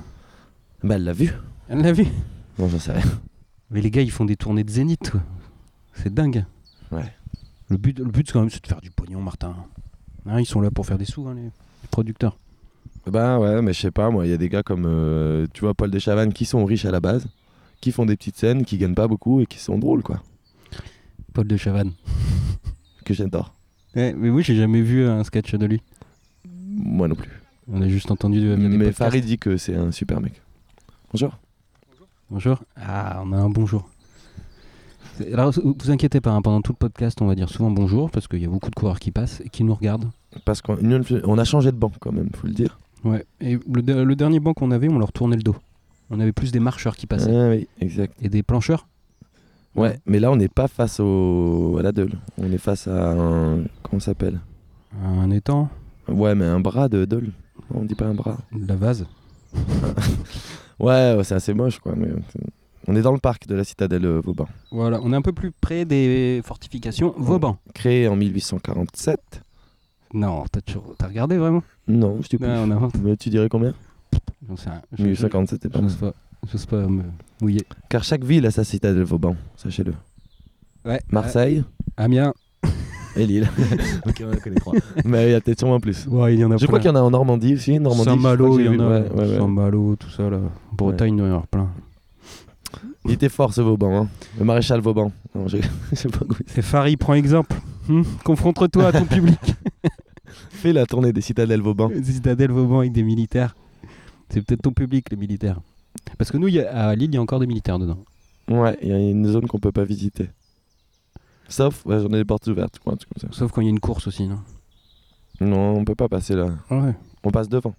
[SPEAKER 2] Bah, elle l'a vu.
[SPEAKER 1] Elle l'a vu.
[SPEAKER 2] Non, j'en sais rien.
[SPEAKER 1] Mais les gars, ils font des tournées de zénith, quoi. C'est dingue.
[SPEAKER 2] Ouais.
[SPEAKER 1] Le but, le but c'est quand même, c'est de faire du pognon, Martin. Hein, ils sont là pour faire des sous, hein, les les producteurs.
[SPEAKER 2] (laughs) Bah ouais, mais je sais pas, moi, il y a des gars comme, euh, tu vois, Paul Deschavannes qui sont riches à la base, qui font des petites scènes, qui gagnent pas beaucoup et qui sont drôles, quoi.
[SPEAKER 1] Paul de Chavannes.
[SPEAKER 2] Que j'adore.
[SPEAKER 1] Ouais, mais oui, j'ai jamais vu un sketch de lui.
[SPEAKER 2] Moi non plus.
[SPEAKER 1] On a juste entendu de, via des
[SPEAKER 2] Mais
[SPEAKER 1] podcasts.
[SPEAKER 2] Farid dit que c'est un super mec. Bonjour.
[SPEAKER 1] Bonjour. Ah, on a un bonjour. Alors, vous inquiétez pas, hein, pendant tout le podcast, on va dire souvent bonjour parce qu'il y a beaucoup de coureurs qui passent et qui nous regardent.
[SPEAKER 2] Parce qu'on une- on a changé de banque quand même, faut le dire.
[SPEAKER 1] Ouais. Et le, de- le dernier banc qu'on avait, on leur tournait le dos. On avait plus des marcheurs qui passaient
[SPEAKER 2] Ah oui, exact.
[SPEAKER 1] et des plancheurs.
[SPEAKER 2] Ouais, mais là on n'est pas face au à la Deule. On est face à un comment ça s'appelle
[SPEAKER 1] Un étang,
[SPEAKER 2] Ouais, mais un bras de Deule. On dit pas un bras.
[SPEAKER 1] de la vase.
[SPEAKER 2] Ouais, ouais, c'est assez moche quoi. Mais on est dans le parc de la citadelle euh, Vauban,
[SPEAKER 1] Voilà, on est un peu plus près des fortifications Vauban.
[SPEAKER 2] créé en 1847.
[SPEAKER 1] Non, t'as toujours- t'as regardé vraiment
[SPEAKER 2] Non, je t'ai
[SPEAKER 1] Non, on invente.
[SPEAKER 2] Mais tu dirais combien
[SPEAKER 1] J'en sais rien. Je-
[SPEAKER 2] 1847,
[SPEAKER 1] je-
[SPEAKER 2] c'est pas mal.
[SPEAKER 1] J'ose pas, j'ose pas me mouiller.
[SPEAKER 2] Car chaque ville a sa citadelle Vauban, sachez-le.
[SPEAKER 1] Ouais.
[SPEAKER 2] Marseille
[SPEAKER 1] Ah, Amiens.
[SPEAKER 2] et Lille. (laughs) ok, on en connaît trois. (laughs) Mais il y a peut-être sûrement plus.
[SPEAKER 1] Ouais, il y en a
[SPEAKER 2] Je crois qu'il y en a en Normandie aussi. Normandie,
[SPEAKER 1] Saint-Malo,
[SPEAKER 2] je
[SPEAKER 1] il y en a.
[SPEAKER 2] crois que j'ai vu. Ouais, ouais, ouais.
[SPEAKER 1] Saint-Malo, tout ça là. Bretagne, il doit y en avoir plein.
[SPEAKER 2] Il était fort ce Vauban. hein. Le maréchal Vauban. Non, je... (laughs) je sais pas quoi.
[SPEAKER 1] Et Farid, prends exemple. Hmm, Confronte-toi à (laughs) ton public.
[SPEAKER 2] Fais la tournée des
[SPEAKER 1] (laughs)
[SPEAKER 2] citadelles Vauban.
[SPEAKER 1] Citadelle Vauban avec des militaires. C'est peut-être ton public, les militaires. Parce que nous, il y a- à Lille, il y a encore des militaires dedans.
[SPEAKER 2] Ouais, il y a une zone qu'on peut pas visiter. Sauf, ouais, j'en ai des portes ouvertes, quoi, un truc comme
[SPEAKER 1] Sauf quand il y a une course aussi, non
[SPEAKER 2] ça. Non, on peut pas passer là.
[SPEAKER 1] Ah Ouais.
[SPEAKER 2] On passe devant.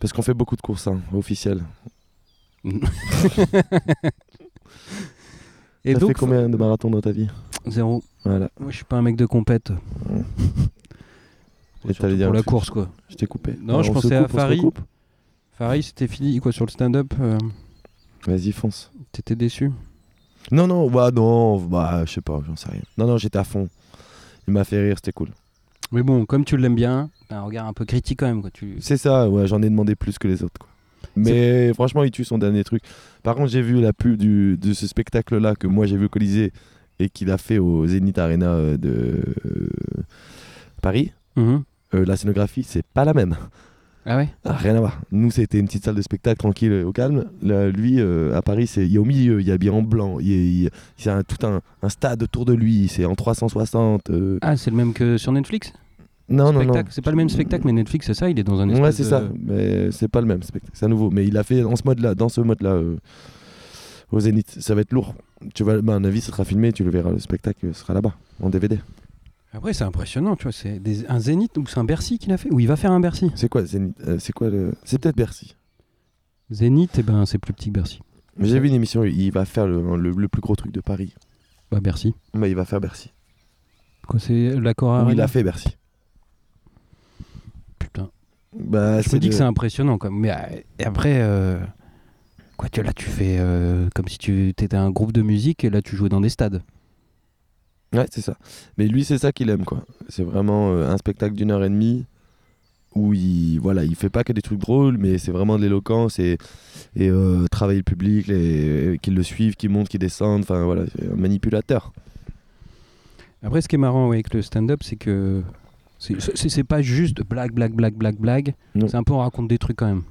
[SPEAKER 2] Parce qu'on fait beaucoup de courses hein, officielles.
[SPEAKER 1] Et
[SPEAKER 2] T'as
[SPEAKER 1] donc,
[SPEAKER 2] fait combien de marathons dans ta vie
[SPEAKER 1] zéro.
[SPEAKER 2] Voilà.
[SPEAKER 1] Moi, je suis pas un mec de compète.
[SPEAKER 2] Et
[SPEAKER 1] Surtout
[SPEAKER 2] t'allais dire
[SPEAKER 1] pour la
[SPEAKER 2] autre chose.
[SPEAKER 1] course, quoi.
[SPEAKER 2] Je t'ai coupé.
[SPEAKER 1] Non,
[SPEAKER 2] Alors,
[SPEAKER 1] je
[SPEAKER 2] on se
[SPEAKER 1] pensais à
[SPEAKER 2] coupe, on se
[SPEAKER 1] Farid.
[SPEAKER 2] recoupe
[SPEAKER 1] Farid, c'était fini, quoi, sur le stand-up. euh,
[SPEAKER 2] Vas-y, fonce.
[SPEAKER 1] T'étais déçu
[SPEAKER 2] Non, non, bah non, bah je sais pas, j'en sais rien. Non, non, j'étais à fond. Il m'a fait rire, c'était cool.
[SPEAKER 1] Mais bon, comme tu l'aimes bien, t'as un regard un peu critique quand même. Quoi. Tu...
[SPEAKER 2] C'est ça, ouais, j'en ai demandé plus que les autres. Quoi. Mais franchement, il tue son dernier truc. Par contre, j'ai vu la pub du, de ce spectacle-là que moi j'ai vu au Colisée et qu'il a fait au Zénith Arena euh, de euh, Paris.
[SPEAKER 1] Mhm.
[SPEAKER 2] Euh, la scénographie, c'est pas la même.
[SPEAKER 1] Ah ouais
[SPEAKER 2] Ah, rien à voir. Nous, c'était une petite salle de spectacle tranquille, euh, au calme. Là, lui, euh, à Paris, c'est il est au milieu, il est habillé en blanc, il, est- il- il a un- tout un, un stade autour de lui, c'est en 360. euh,
[SPEAKER 1] Ah, c'est le même que sur Netflix
[SPEAKER 2] Non, non, non.
[SPEAKER 1] Spectacle, C'est pas le même spectacle, mais Netflix, c'est ça, il est dans un espèce
[SPEAKER 2] Ouais, c'est
[SPEAKER 1] de-
[SPEAKER 2] ça, mais c'est pas le même spectacle, c'est à nouveau. Mais il a fait dans ce mode-là, dans ce mode-là, euh, au Zénith. Ça va être lourd. Tu vas, bah, à mon avis, ça sera filmé, tu le verras, le spectacle sera là-bas, en DVD.
[SPEAKER 1] Après, Ah c'est impressionnant, tu vois. C'est des- un Zénith ou c'est un Bercy qu'il a fait Ou il va faire un Bercy
[SPEAKER 2] C'est quoi, Zénith Euh, C'est quoi le... C'est peut-être Bercy.
[SPEAKER 1] Zénith, eh ben, c'est plus petit que Bercy.
[SPEAKER 2] Mais j'ai vu une émission, il va faire le, le- le plus gros truc de Paris.
[SPEAKER 1] Bah, Bercy.
[SPEAKER 2] Bah, il va faire Bercy.
[SPEAKER 1] Quoi, c'est l'accord
[SPEAKER 2] Ou il
[SPEAKER 1] Arena
[SPEAKER 2] a fait Bercy.
[SPEAKER 1] Putain.
[SPEAKER 2] Bah,
[SPEAKER 1] Je me dis
[SPEAKER 2] de-
[SPEAKER 1] que c'est impressionnant, quoi. Mais euh, et après, euh, quoi, tu, là, tu fais euh, comme si tu étais un groupe de musique et là, tu jouais dans des stades.
[SPEAKER 2] Ouais, c'est ça. Mais lui, c'est ça qu'il aime, quoi. C'est vraiment euh, un spectacle d'une heure et demie où il, voilà, il fait pas que des trucs drôles, mais c'est vraiment de l'éloquence et, et euh, travailler le public, les- qu'ils le suivent, qu'ils montent, qu'ils descendent. Enfin, voilà, c'est un manipulateur.
[SPEAKER 1] Après, ce qui est marrant ouais, avec le stand-up, c'est que c'est- c'est c'est pas juste blague, blague, blague, blague, blague.
[SPEAKER 2] Non.
[SPEAKER 1] C'est un peu on raconte des trucs quand même.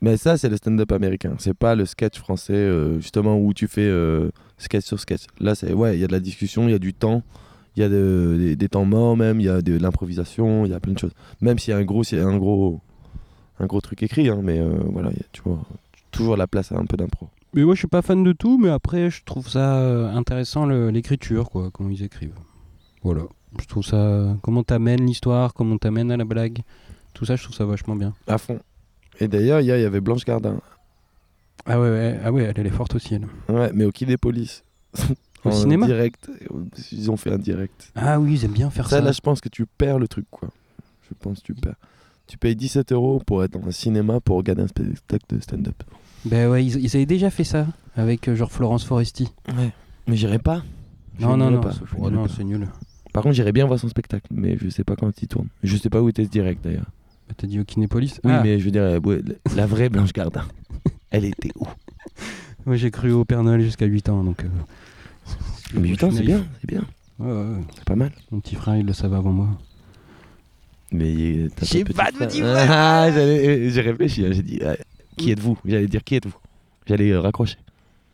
[SPEAKER 2] Mais ça, c'est le stand-up américain. C'est pas le sketch français, euh, justement, où tu fais euh, sketch sur sketch. Là, c'est, ouais, il y a de la discussion, il y a du temps, il y a de- des, des temps morts même, il y a de, l'improvisation, il y a plein de choses. Même s'il y a un gros, s'il y a un gros, un gros truc écrit, hein, mais euh, voilà, il y a, tu vois, toujours la place à un peu d'impro.
[SPEAKER 1] Mais moi, je suis pas fan de tout, mais après, je trouve ça euh, intéressant le- l'écriture, quoi, comment ils écrivent. Voilà. Je trouve ça. Comment t'amènes l'histoire, comment t'amènes à la blague. Tout ça, je trouve ça vachement bien.
[SPEAKER 2] À fond. Et d'ailleurs, hier, il y avait Blanche Gardin.
[SPEAKER 1] Ah ouais, ouais, ah ouais elle, elle est forte aussi, elle.
[SPEAKER 2] Ouais, mais au Quai des Polices.
[SPEAKER 1] Au
[SPEAKER 2] En
[SPEAKER 1] cinéma
[SPEAKER 2] direct. Ils ont fait un direct.
[SPEAKER 1] Ah oui, ils aiment bien faire
[SPEAKER 2] Ça,
[SPEAKER 1] ça.
[SPEAKER 2] là, je pense que tu perds le truc, quoi. Je pense que tu perds. Tu payes 17 euros pour être dans un cinéma pour regarder un spectacle de stand-up.
[SPEAKER 1] Ben ouais, ils, ils avaient déjà fait ça avec euh, genre Florence Foresti.
[SPEAKER 2] Ouais. Mais j'irai pas. Je
[SPEAKER 1] Non, non,
[SPEAKER 2] n'irai
[SPEAKER 1] non,
[SPEAKER 2] pas.
[SPEAKER 1] c'est-
[SPEAKER 2] Je
[SPEAKER 1] oh
[SPEAKER 2] n'irai
[SPEAKER 1] non,
[SPEAKER 2] pas.
[SPEAKER 1] c'est nul.
[SPEAKER 2] Par contre, j'irai bien voir son spectacle, mais je sais pas quand il tourne. Je sais pas où était ce direct d'ailleurs.
[SPEAKER 1] Bah, T'as dit au Kinépolis
[SPEAKER 2] Oui,
[SPEAKER 1] Ah,
[SPEAKER 2] mais je veux dire, euh, ouais, la- la vraie
[SPEAKER 1] (laughs)
[SPEAKER 2] Blanche Gardin, elle était où
[SPEAKER 1] Moi j'ai cru au Père Noël jusqu'à 8 ans donc. euh,
[SPEAKER 2] Mais putain, c'est bien, c'est bien,
[SPEAKER 1] Ouais, ouais, ouais.
[SPEAKER 2] c'est pas mal.
[SPEAKER 1] Mon petit frère il le savait avant moi.
[SPEAKER 2] Mais euh, t'as
[SPEAKER 1] J'ai
[SPEAKER 2] ton petit
[SPEAKER 1] pas de
[SPEAKER 2] frère-
[SPEAKER 1] petit
[SPEAKER 2] Ah, j'allais- euh, j'ai réfléchi, hein, j'ai dit, euh, qui êtes-vous J'allais dire, qui êtes-vous J'allais euh, raccrocher.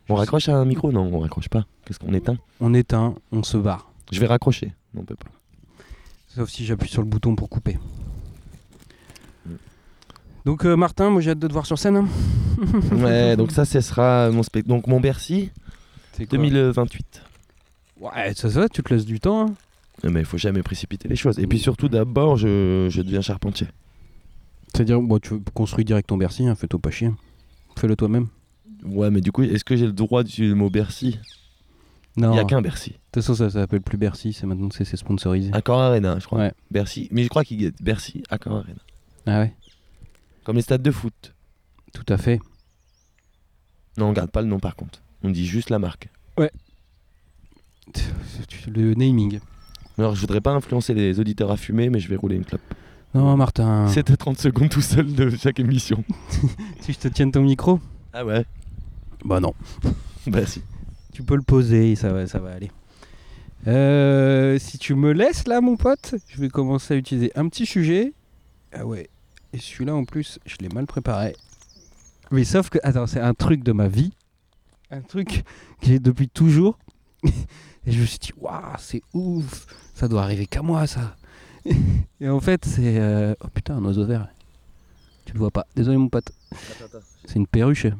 [SPEAKER 2] On raccroche à un micro Non, on raccroche pas. Qu'est-ce qu'on éteint
[SPEAKER 1] On éteint, on se barre.
[SPEAKER 2] Je vais raccrocher. Non, on peut pas.
[SPEAKER 1] Sauf si j'appuie sur le bouton pour couper. Mm. Donc euh, Martin, moi j'ai hâte de te voir sur scène. hein.
[SPEAKER 2] Ouais, donc ça, ce sera mon spectacle. Donc mon Bercy,
[SPEAKER 1] C'est quoi
[SPEAKER 2] 2028.
[SPEAKER 1] Ouais, ça, ça, tu te laisses du temps. hein.
[SPEAKER 2] Euh, Mais il faut jamais précipiter les choses. Et puis surtout, d'abord, je, je deviens charpentier.
[SPEAKER 1] C'est-à-dire, bon, tu construis direct ton Bercy, hein, fais-toi pas chier. Fais-le toi-même.
[SPEAKER 2] Ouais, mais du coup, est-ce que j'ai le droit d'utiliser le mot Bercy Il
[SPEAKER 1] Non,
[SPEAKER 2] n'y a
[SPEAKER 1] de toute
[SPEAKER 2] qu'un Bercy.
[SPEAKER 1] façon ça s'appelle plus Bercy, c'est maintenant que c'est c'est sponsorisé.
[SPEAKER 2] Accor Arena, je crois.
[SPEAKER 1] Ouais.
[SPEAKER 2] Bercy. Mais je crois qu'il y a Bercy, Accor Arena.
[SPEAKER 1] Ah ouais,
[SPEAKER 2] Comme les stades de foot.
[SPEAKER 1] tout à fait.
[SPEAKER 2] Non, on garde pas le nom par contre. On dit juste la marque.
[SPEAKER 1] Le naming.
[SPEAKER 2] Alors, je voudrais pas influencer les auditeurs à fumer, mais je vais rouler une clope.
[SPEAKER 1] Non, Martin,
[SPEAKER 2] C'était 30 secondes tout seul de chaque émission.
[SPEAKER 1] si je te tienne ton micro
[SPEAKER 2] Ah ouais
[SPEAKER 1] Bah non.
[SPEAKER 2] Bercy.
[SPEAKER 1] Tu peux le poser, ça va, ça va aller. Euh, si tu me laisses là, mon pote, je vais commencer à utiliser un petit sujet. Ah ouais. Et celui-là, en plus, je l'ai mal préparé. Mais sauf que, attends, c'est un truc de ma vie, un truc que j'ai depuis toujours. (laughs) Et je me suis dit, waouh, c'est ouf, ça doit arriver qu'à moi, ça. (laughs) Et en fait, c'est euh, oh putain, un oiseau vert. Tu le vois pas. Désolé, mon pote. C'est une perruche.
[SPEAKER 2] hein.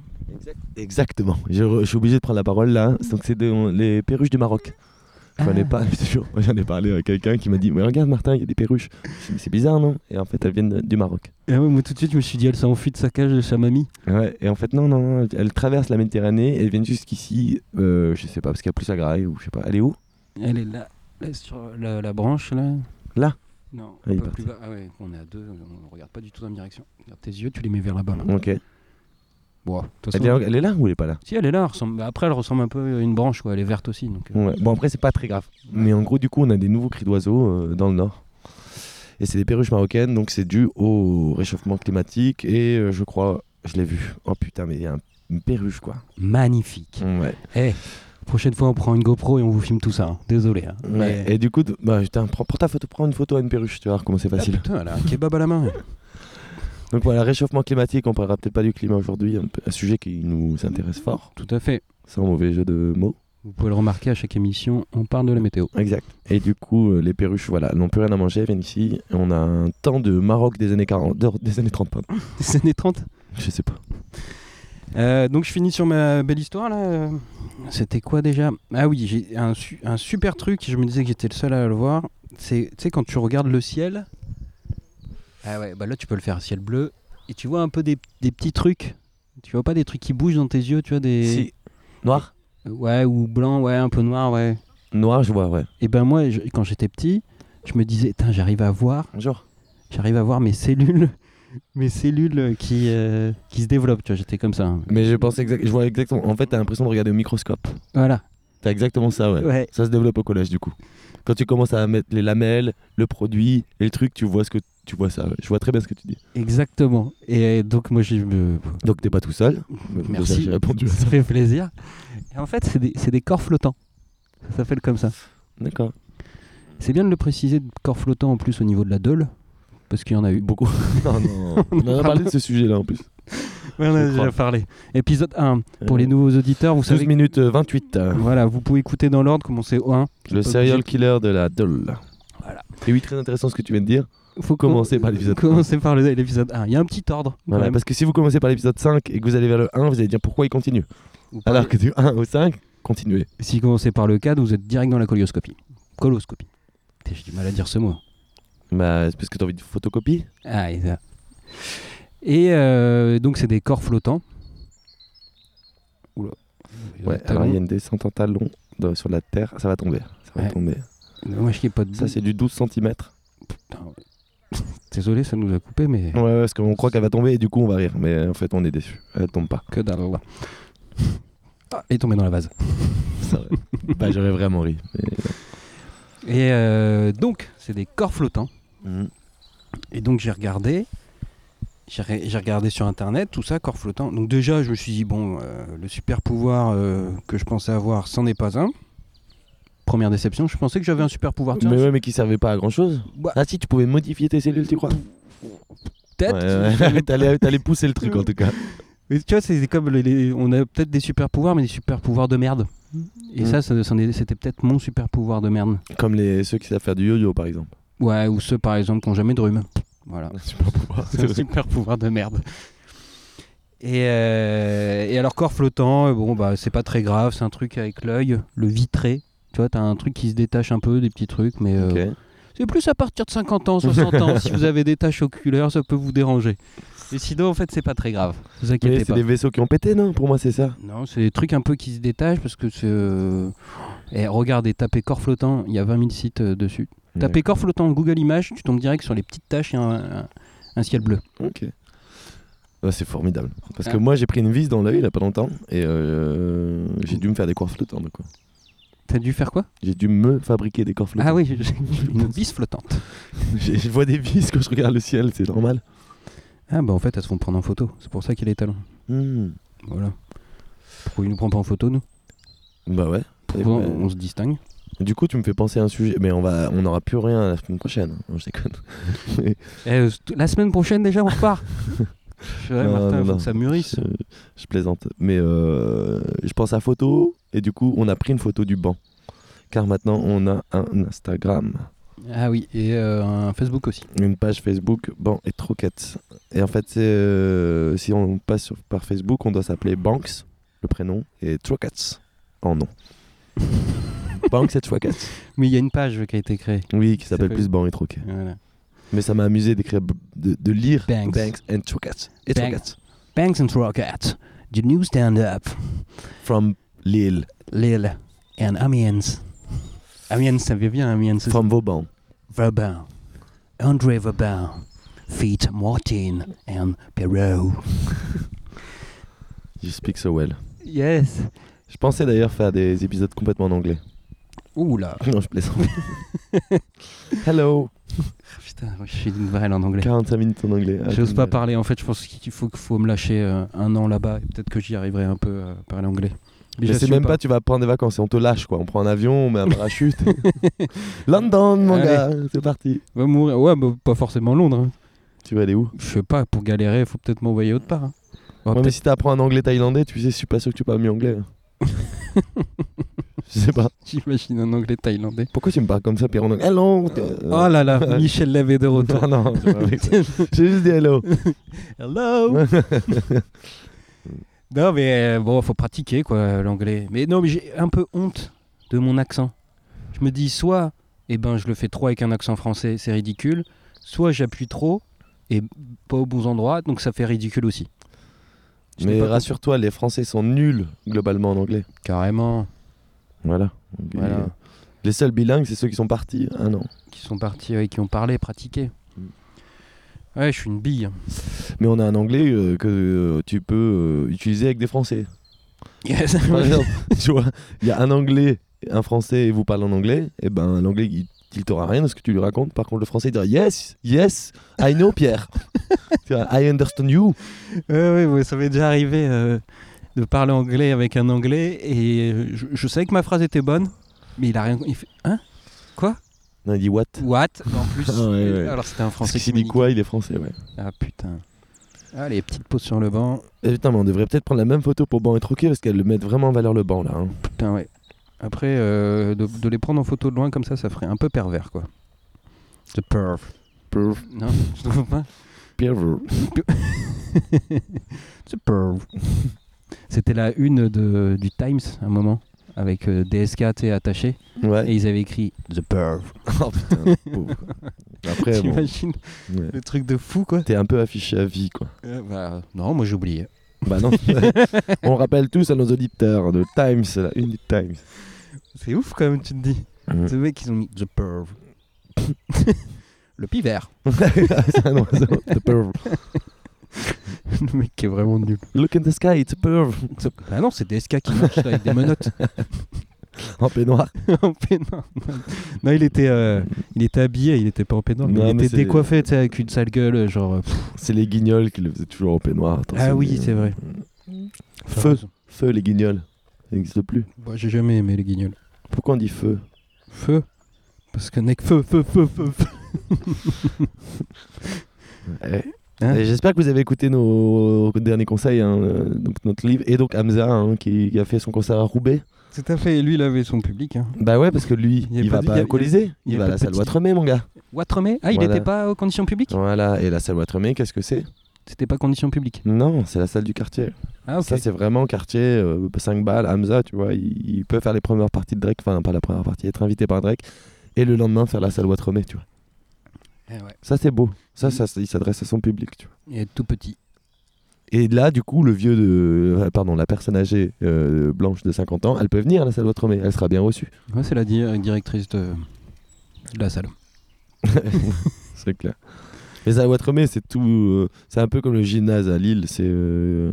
[SPEAKER 2] Exactement. Je, re- je suis obligé de prendre la parole là. Donc c'est de- les perruches du Maroc. Je
[SPEAKER 1] Ah.
[SPEAKER 2] connais pas, (laughs) je te jure. Moi, J'en ai parlé à quelqu'un qui m'a dit Mais regarde, Martin, il y a des perruches. Je dis, Mais c'est bizarre, non Et en fait, elles viennent de- du Maroc.
[SPEAKER 1] Et ouais, moi tout de suite, je me suis dit, elle s'est enfuie de sa cage de sa mamie.
[SPEAKER 2] Ouais, et en fait, non, non, non, elles traversent la Méditerranée, elles viennent jusqu'ici, euh, je sais pas, parce qu'il y a plus à Graille ou je sais pas. Elle est où
[SPEAKER 1] Elle est là, là, sur la, la branche, là.
[SPEAKER 2] Là
[SPEAKER 1] Non,
[SPEAKER 2] Ah, il
[SPEAKER 1] un
[SPEAKER 2] est
[SPEAKER 1] peu plus bas. Ah ouais, on est à deux, on regarde pas du tout dans la même direction. Regarde tes yeux, tu les mets vers là-bas. Là.
[SPEAKER 2] Ok. Elle
[SPEAKER 1] Bon, de toute
[SPEAKER 2] est,
[SPEAKER 1] façon-
[SPEAKER 2] elle est là ou elle est pas là
[SPEAKER 1] Si elle est là, elle ressemble- bah, après elle ressemble un peu à une branche, quoi. elle est verte aussi. Donc, euh,
[SPEAKER 2] Ouais. Bon, après, c'est pas très grave. Mais en gros, du coup, on a des nouveaux cris d'oiseaux euh, dans le nord. Et c'est des perruches marocaines, donc c'est dû au réchauffement climatique. Et euh, je crois, je l'ai vu. Oh putain, mais il y a un- une perruche, quoi.
[SPEAKER 1] Magnifique.
[SPEAKER 2] Ouais.
[SPEAKER 1] Eh, prochaine fois on prend une GoPro et on vous filme tout ça. hein. Désolé. hein.
[SPEAKER 2] Ouais,
[SPEAKER 1] Mais-
[SPEAKER 2] Et du coup, t- bah, putain, prends, prends ta photo, prends une photo à une perruche, tu vas voir comment c'est
[SPEAKER 1] Ah,
[SPEAKER 2] facile.
[SPEAKER 1] putain, elle a un kebab à la (laughs) main.
[SPEAKER 2] Donc voilà, réchauffement climatique, on parlera peut-être pas du climat aujourd'hui, un, peu- un sujet qui nous intéresse fort,
[SPEAKER 1] Tout à fait.
[SPEAKER 2] sans mauvais jeu de mots.
[SPEAKER 1] Vous pouvez le remarquer à chaque émission, on parle de la météo.
[SPEAKER 2] Exact. Et du coup, euh, les perruches, voilà, n'ont plus rien à manger, elles viennent ici. Et On a un temps de Maroc des années 40, d'or- des années 30, pardon.
[SPEAKER 1] Des années 30.
[SPEAKER 2] Je sais pas.
[SPEAKER 1] Euh, donc je finis sur ma belle histoire là. Euh, C'était quoi déjà Ah oui, j'ai un, su- un super truc, je me disais que j'étais le seul à le voir. C'est tu sais, quand tu regardes le ciel. Ah ouais, bah là tu peux le faire ciel bleu. Et tu vois un peu des, des petits trucs. Tu vois pas des trucs qui bougent dans tes yeux, tu vois des.
[SPEAKER 2] Si. Noir
[SPEAKER 1] Ouais, ou blanc, ouais, un peu noir, ouais.
[SPEAKER 2] Noir, je vois, ouais.
[SPEAKER 1] Et ben moi, je- quand j'étais petit, je me disais, Tain, j'arrive à voir,
[SPEAKER 2] Bonjour.
[SPEAKER 1] j'arrive à voir mes cellules, (laughs) mes cellules qui, euh, qui se développent, tu vois, j'étais comme ça. hein.
[SPEAKER 2] Mais je pense exact, je vois exactement. En fait, t'as l'impression de regarder au microscope.
[SPEAKER 1] Voilà.
[SPEAKER 2] T'as exactement ça, ouais.
[SPEAKER 1] Ouais.
[SPEAKER 2] Ça se développe au collège du coup. Quand tu commences à mettre les lamelles, le produit et le truc, tu vois ce que tu vois ça. ouais. Je vois très bien ce que tu dis.
[SPEAKER 1] Exactement. Et donc moi je me...
[SPEAKER 2] Donc t'es pas tout seul.
[SPEAKER 1] Merci.
[SPEAKER 2] J'ai (laughs) répondu à ça.
[SPEAKER 1] ça fait plaisir. Et en fait c'est des, c'est des corps flottants. Ça s'appelle comme ça.
[SPEAKER 2] D'accord.
[SPEAKER 1] C'est bien de le préciser, de corps flottants en plus au niveau de la deule, parce qu'il y en a eu.
[SPEAKER 2] (laughs) Beaucoup. (laughs) non, non. On en a parlé de ce sujet-là en plus.
[SPEAKER 1] on
[SPEAKER 2] a déjà
[SPEAKER 1] parlé. Épisode 1. Pour
[SPEAKER 2] Euh,
[SPEAKER 1] les nouveaux auditeurs, vous
[SPEAKER 2] 12
[SPEAKER 1] savez...
[SPEAKER 2] minutes euh, 28. euh,
[SPEAKER 1] Voilà, vous pouvez écouter dans l'ordre, commencer au 1.
[SPEAKER 2] le serial killer de la Doll.
[SPEAKER 1] Voilà.
[SPEAKER 2] Et oui, très intéressant ce que tu viens de dire.
[SPEAKER 1] Faut
[SPEAKER 2] Commencer par l'épisode
[SPEAKER 1] Commencer par le- l'épisode 1. Il y a un petit ordre. quand
[SPEAKER 2] Voilà,
[SPEAKER 1] même.
[SPEAKER 2] parce que si vous commencez par l'épisode 5 et que vous allez vers le 1, vous allez dire pourquoi il continue.
[SPEAKER 1] Vous pouvez-
[SPEAKER 2] Alors que du 1 au 5, continuez.
[SPEAKER 1] Si vous commencez par le 4, vous êtes direct dans la colioscopie. Coloscopie. Putain, J'ai du mal à dire ce mot.
[SPEAKER 2] Bah, c'est parce que t'as envie de photocopie
[SPEAKER 1] Ah, et ça. Et euh, donc, c'est des corps flottants. Oula.
[SPEAKER 2] Ouais,
[SPEAKER 1] Talon.
[SPEAKER 2] alors il y a une descente en talon dans- sur la terre, ça va tomber. Ça va
[SPEAKER 1] Ouais.
[SPEAKER 2] tomber.
[SPEAKER 1] Moi, je n'ai pas de.
[SPEAKER 2] Ça, c'est du 12 cm.
[SPEAKER 1] Putain, ouais. Désolé, ça nous a coupé, mais.
[SPEAKER 2] Ouais, ouais, parce qu'on croit qu'elle va tomber et du coup on va rire. Mais en fait, on est déçu. Elle tombe pas.
[SPEAKER 1] Que dalle. Ah, il est tombé dans la vase.
[SPEAKER 2] Ça, (laughs) ouais. bah, j'aurais vraiment ri.
[SPEAKER 1] Et euh, donc, c'est des corps flottants.
[SPEAKER 2] mais-
[SPEAKER 1] Et donc j'ai regardé, j'ai re- j'ai regardé sur internet tout ça, corps flottant. Donc déjà je me suis dit bon, euh, le super pouvoir euh, que je pensais avoir, c'en est pas un. Première déception, je pensais que j'avais un super pouvoir. Tiens,
[SPEAKER 2] Mais ouais, mais qui servait pas à grand chose.
[SPEAKER 1] Bah.
[SPEAKER 2] Ah, si, tu pouvais modifier tes
[SPEAKER 1] (laughs)
[SPEAKER 2] cellules, tu crois
[SPEAKER 1] peut-être.
[SPEAKER 2] Ouais, (laughs) ouais. T'allais t'allais pousser
[SPEAKER 1] (laughs)
[SPEAKER 2] le truc en tout cas.
[SPEAKER 1] Mais tu vois, c'est comme les- les- on a peut-être des super pouvoirs, mais des super pouvoirs de merde. Et
[SPEAKER 2] Mm.
[SPEAKER 1] ça, ça- c'en est- c'était peut-être mon super pouvoir de merde.
[SPEAKER 2] Comme les, ceux qui savent faire du yo-yo par exemple.
[SPEAKER 1] Ouais, ou ceux par exemple qui n'ont jamais de rhume. Voilà.
[SPEAKER 2] (laughs) C'est pas pour voir.
[SPEAKER 1] C'est un super pouvoir de merde. Et, euh, et alors corps flottant, euh, bon bah c'est pas très grave, c'est un truc avec l'œil, le vitré. Tu vois, t'as un truc qui se détache un peu, des petits trucs, mais euh,
[SPEAKER 2] Ok.
[SPEAKER 1] c'est plus à partir de 50 ans, 60
[SPEAKER 2] (laughs)
[SPEAKER 1] ans, si vous avez des taches oculaires, ça peut vous déranger. Et sinon, en fait, c'est pas très grave. Vous
[SPEAKER 2] Mais
[SPEAKER 1] inquiétez
[SPEAKER 2] c'est
[SPEAKER 1] pas.
[SPEAKER 2] des vaisseaux qui ont pété, non Pour moi, c'est ça.
[SPEAKER 1] Non, c'est des trucs un peu qui se détachent parce que c'est. euh, eh, regardez, tapez corps flottant, il y a 20 000 sites euh, dessus. Tapez corps flottant Google Images, tu tombes direct sur les petites taches et un- un- un ciel bleu.
[SPEAKER 2] Ok. Ouais, c'est formidable. Parce que
[SPEAKER 1] Ah.
[SPEAKER 2] moi, j'ai pris une vis dans l'œil il y a pas longtemps et euh, j'ai dû me faire des corps flottants. donc, quoi.
[SPEAKER 1] T'as dû faire quoi
[SPEAKER 2] J'ai dû me fabriquer des corps flottants.
[SPEAKER 1] Ah oui, j'ai- j'ai (laughs) une bise flottante.
[SPEAKER 2] (laughs) J'ai- Je vois des vis quand je regarde le ciel, c'est normal.
[SPEAKER 1] Ah bah en fait, elles se font prendre en photo. C'est pour ça qu'il est talent.
[SPEAKER 2] Hmm.
[SPEAKER 1] Voilà. Pourquoi il nous prend pas en photo, nous
[SPEAKER 2] Bah ouais.
[SPEAKER 1] Pourquoi
[SPEAKER 2] Ouais.
[SPEAKER 1] on, on se distingue
[SPEAKER 2] Du coup, tu me fais penser à un sujet, mais on va, on n'aura plus rien la semaine prochaine. Non, je déconne.
[SPEAKER 1] Eh, euh, st- La semaine prochaine, déjà, on repart (laughs) Je dirais,
[SPEAKER 2] Non,
[SPEAKER 1] Martin,
[SPEAKER 2] non,
[SPEAKER 1] faut
[SPEAKER 2] non.
[SPEAKER 1] que ça mûrisse.
[SPEAKER 2] Je, je plaisante, mais euh, je pense à photo et du coup, on a pris une photo du banc, car maintenant on a un Instagram,
[SPEAKER 1] Ah oui, et euh, un Facebook (laughs) aussi.
[SPEAKER 2] une page Facebook banc et troquettes. Et en fait, c'est, euh, si on passe sur- par Facebook, on doit s'appeler Banks, le prénom, et Troquettes en nom. banque cette fois casse.
[SPEAKER 1] Mais il y a une page qui a été créée.
[SPEAKER 2] (laughs) Oui, qui s'appelle
[SPEAKER 1] pas-
[SPEAKER 2] plus Bank et Troquet.
[SPEAKER 1] Voilà.
[SPEAKER 2] Mais ça m'a amusé d'écrire, de, de lire
[SPEAKER 1] Banks.
[SPEAKER 2] and Troquet. Et
[SPEAKER 1] Banks.
[SPEAKER 2] Troquet.
[SPEAKER 1] Banks and Rocket, the new stand-up,
[SPEAKER 2] From Lille.
[SPEAKER 1] Lille and Amiens. Amiens, ça vient bien, Amiens. c'est-
[SPEAKER 2] From Vauban.
[SPEAKER 1] Vauban, André Vauban, feat Martin and Perrault.
[SPEAKER 2] You speak so well.
[SPEAKER 1] Yes.
[SPEAKER 2] Je pensais d'ailleurs faire des épisodes complètement en anglais. (laughs)
[SPEAKER 1] Ouh là.
[SPEAKER 2] non,
[SPEAKER 1] (laughs)
[SPEAKER 2] je plaisante. Hello.
[SPEAKER 1] Putain, je suis une brêle en anglais.
[SPEAKER 2] 45 minutes en anglais. Ah,
[SPEAKER 1] J'ose pas
[SPEAKER 2] génial.
[SPEAKER 1] parler en fait, je pense qu'il faut, qu'il faut me lâcher euh, un an là-bas et peut-être que j'y arriverai un peu euh, à parler anglais.
[SPEAKER 2] Mais c'est
[SPEAKER 1] j'assume
[SPEAKER 2] même pas. tu vas prendre des vacances et on te lâche quoi. On prend un avion, on met un
[SPEAKER 1] (laughs)
[SPEAKER 2] parachute. London, mon
[SPEAKER 1] Allez.
[SPEAKER 2] gars, c'est parti.
[SPEAKER 1] Va mourir. Ouais, bah, pas forcément Londres. hein.
[SPEAKER 2] Tu vas aller où
[SPEAKER 1] Je sais pas, pour galérer, faut peut-être m'envoyer autre part. hein. On va
[SPEAKER 2] Ouais, mais
[SPEAKER 1] peut-être-
[SPEAKER 2] si t'apprends un anglais thaïlandais, tu sais, je suis pas sûr que tu parles mieux anglais. je sais pas.
[SPEAKER 1] (laughs) J'imagine un anglais thaïlandais.
[SPEAKER 2] Pourquoi tu me parles comme ça, puis en anglais Hello euh,
[SPEAKER 1] Oh là
[SPEAKER 2] (laughs)
[SPEAKER 1] là, Michel Lavé de retour.
[SPEAKER 2] Non, non,
[SPEAKER 1] (laughs)
[SPEAKER 2] j'ai pas fait ça. j'ai juste dit hello.
[SPEAKER 1] Hello Non, mais euh, bon, faut pratiquer quoi, l'anglais. Mais non, mais j'ai un peu honte de mon accent. Je me dis soit, eh ben, je le fais trop avec un accent français, c'est ridicule. Soit j'appuie trop et pas aux bons endroits, donc ça fait ridicule aussi. Je n'ai
[SPEAKER 2] mais
[SPEAKER 1] pas
[SPEAKER 2] rassure-toi, les Français sont nuls globalement en anglais.
[SPEAKER 1] compris. Carrément.
[SPEAKER 2] Voilà.
[SPEAKER 1] Voilà.
[SPEAKER 2] Les seuls bilingues, c'est ceux qui sont partis. Ah non.
[SPEAKER 1] Qui sont partis, ouais, qui ont parlé, pratiqué. Ouais, je suis une bille. (laughs)
[SPEAKER 2] Mais on a un anglais euh, que euh, tu peux euh, utiliser avec des Français.
[SPEAKER 1] Yes.
[SPEAKER 2] Par exemple, (laughs) tu vois, il y a un anglais, un français et vous parlez en anglais, et ben l'anglais il, il t'aura rien de ce que tu lui racontes. Par contre, le français il dira yes, yes, I know Pierre. (laughs) Tu vois, I understand you.
[SPEAKER 1] Ouais, ouais, ouais, ça m'est déjà arrivé euh, de parler anglais avec un anglais et euh, je, je savais que ma phrase était bonne, mais il a rien. Il fait Hein
[SPEAKER 2] Non, il dit what.
[SPEAKER 1] What En plus.
[SPEAKER 2] (laughs) Ah ouais, ouais.
[SPEAKER 1] Alors c'était un
[SPEAKER 2] Parce
[SPEAKER 1] français
[SPEAKER 2] qu'il
[SPEAKER 1] qui
[SPEAKER 2] dit
[SPEAKER 1] me
[SPEAKER 2] quoi Il est français, ouais.
[SPEAKER 1] nique. Ah putain. Allez, petite pause sur le banc.
[SPEAKER 2] Eh, putain, mais on devrait peut-être prendre la même photo pour banc et troquet parce qu'elle le met vraiment en valeur le banc là. hein.
[SPEAKER 1] Putain, ouais. Après, euh, de, de les prendre en photo de loin comme ça, ça ferait un peu pervers quoi. The perv.
[SPEAKER 2] Perv,
[SPEAKER 1] Non, je trouve
[SPEAKER 2] (laughs)
[SPEAKER 1] pas.
[SPEAKER 2] pervers.
[SPEAKER 1] The perv. C'était la une de, du Times à un moment avec euh, DSK tu sais, attaché et
[SPEAKER 2] Ouais.
[SPEAKER 1] ils avaient écrit The perv.
[SPEAKER 2] (laughs) Oh putain, pauvre. Après, bon,
[SPEAKER 1] T'imagines
[SPEAKER 2] ouais.
[SPEAKER 1] le truc de fou quoi
[SPEAKER 2] t'es un peu affiché à vie quoi.
[SPEAKER 1] Euh, Non, moi j'ai oublié.
[SPEAKER 2] Bah non. (laughs) on rappelle tous à nos auditeurs de Times, la une du Times.
[SPEAKER 1] (laughs) C'est ouf quand même, tu te dis. Ce mec, ils ont mis The Perv. (laughs) le pivert.
[SPEAKER 2] (laughs) C'est un oiseau, the perv.
[SPEAKER 1] le mec qui est vraiment nul.
[SPEAKER 2] Look in the sky, it's a perv.
[SPEAKER 1] Ah non, c'est DSK qui marche avec des menottes
[SPEAKER 2] En peignoir.
[SPEAKER 1] (laughs) en peignoir. Non, il était, euh, il était habillé, il était pas en peignoir. mais
[SPEAKER 2] Non,
[SPEAKER 1] il
[SPEAKER 2] mais
[SPEAKER 1] était
[SPEAKER 2] c'est-
[SPEAKER 1] décoiffé, tu sais, avec une sale gueule, genre. euh, pff,
[SPEAKER 2] C'est les guignols qui le faisaient toujours en peignoir. attention.
[SPEAKER 1] ah oui, c'est vrai.
[SPEAKER 2] Feu, euh, feu les guignols. Ça n'existe plus.
[SPEAKER 1] Moi, j'ai jamais aimé les guignols.
[SPEAKER 2] Pourquoi on dit feu
[SPEAKER 1] Feu Parce que mec, feu, feu, feu, feu, feu. (laughs)
[SPEAKER 2] Eh.
[SPEAKER 1] Hein
[SPEAKER 2] Et J'espère que vous avez écouté nos derniers conseils, hein, euh, donc notre livre, et donc Hamza hein, qui, qui a fait son concert à Roubaix.
[SPEAKER 1] Tout à fait, lui, il avait son public. Hein.
[SPEAKER 2] Bah ouais, parce que lui,
[SPEAKER 1] Il y a
[SPEAKER 2] il
[SPEAKER 1] pas
[SPEAKER 2] va
[SPEAKER 1] de- il
[SPEAKER 2] pas
[SPEAKER 1] y a-
[SPEAKER 2] au Colisée,
[SPEAKER 1] il
[SPEAKER 2] il,
[SPEAKER 1] y a
[SPEAKER 2] va à
[SPEAKER 1] pas
[SPEAKER 2] la
[SPEAKER 1] de
[SPEAKER 2] salle
[SPEAKER 1] petit-
[SPEAKER 2] Watremé, mon gars.
[SPEAKER 1] Watremé Ah, il
[SPEAKER 2] Voilà.
[SPEAKER 1] n'était pas aux conditions publiques
[SPEAKER 2] Voilà, et la salle Watremé, qu'est-ce que c'est
[SPEAKER 1] C'était pas conditions publiques.
[SPEAKER 2] Non, c'est la salle du quartier.
[SPEAKER 1] Ah, ok.
[SPEAKER 2] Ça, c'est vraiment quartier, 5 balles, Hamza, tu vois, il, il peut faire les premières parties de Drake, enfin, pas la première partie, être invité par Drake, et le lendemain faire la salle Watremé, tu vois.
[SPEAKER 1] Eh ouais.
[SPEAKER 2] Ça, c'est beau. Ça, ça, il s'adresse à son public, tu vois.
[SPEAKER 1] Il est tout petit.
[SPEAKER 2] Et là, du coup, le vieux de. euh, Pardon, la personne âgée euh, blanche de 50 ans, elle peut venir à la salle Watremé, elle sera bien reçue.
[SPEAKER 1] Ouais, c'est la di- euh, directrice de... de la salle.
[SPEAKER 2] c'est clair. Mais la salle Watremé, c'est tout. euh, c'est un peu comme le gymnase à Lille, c'est. euh,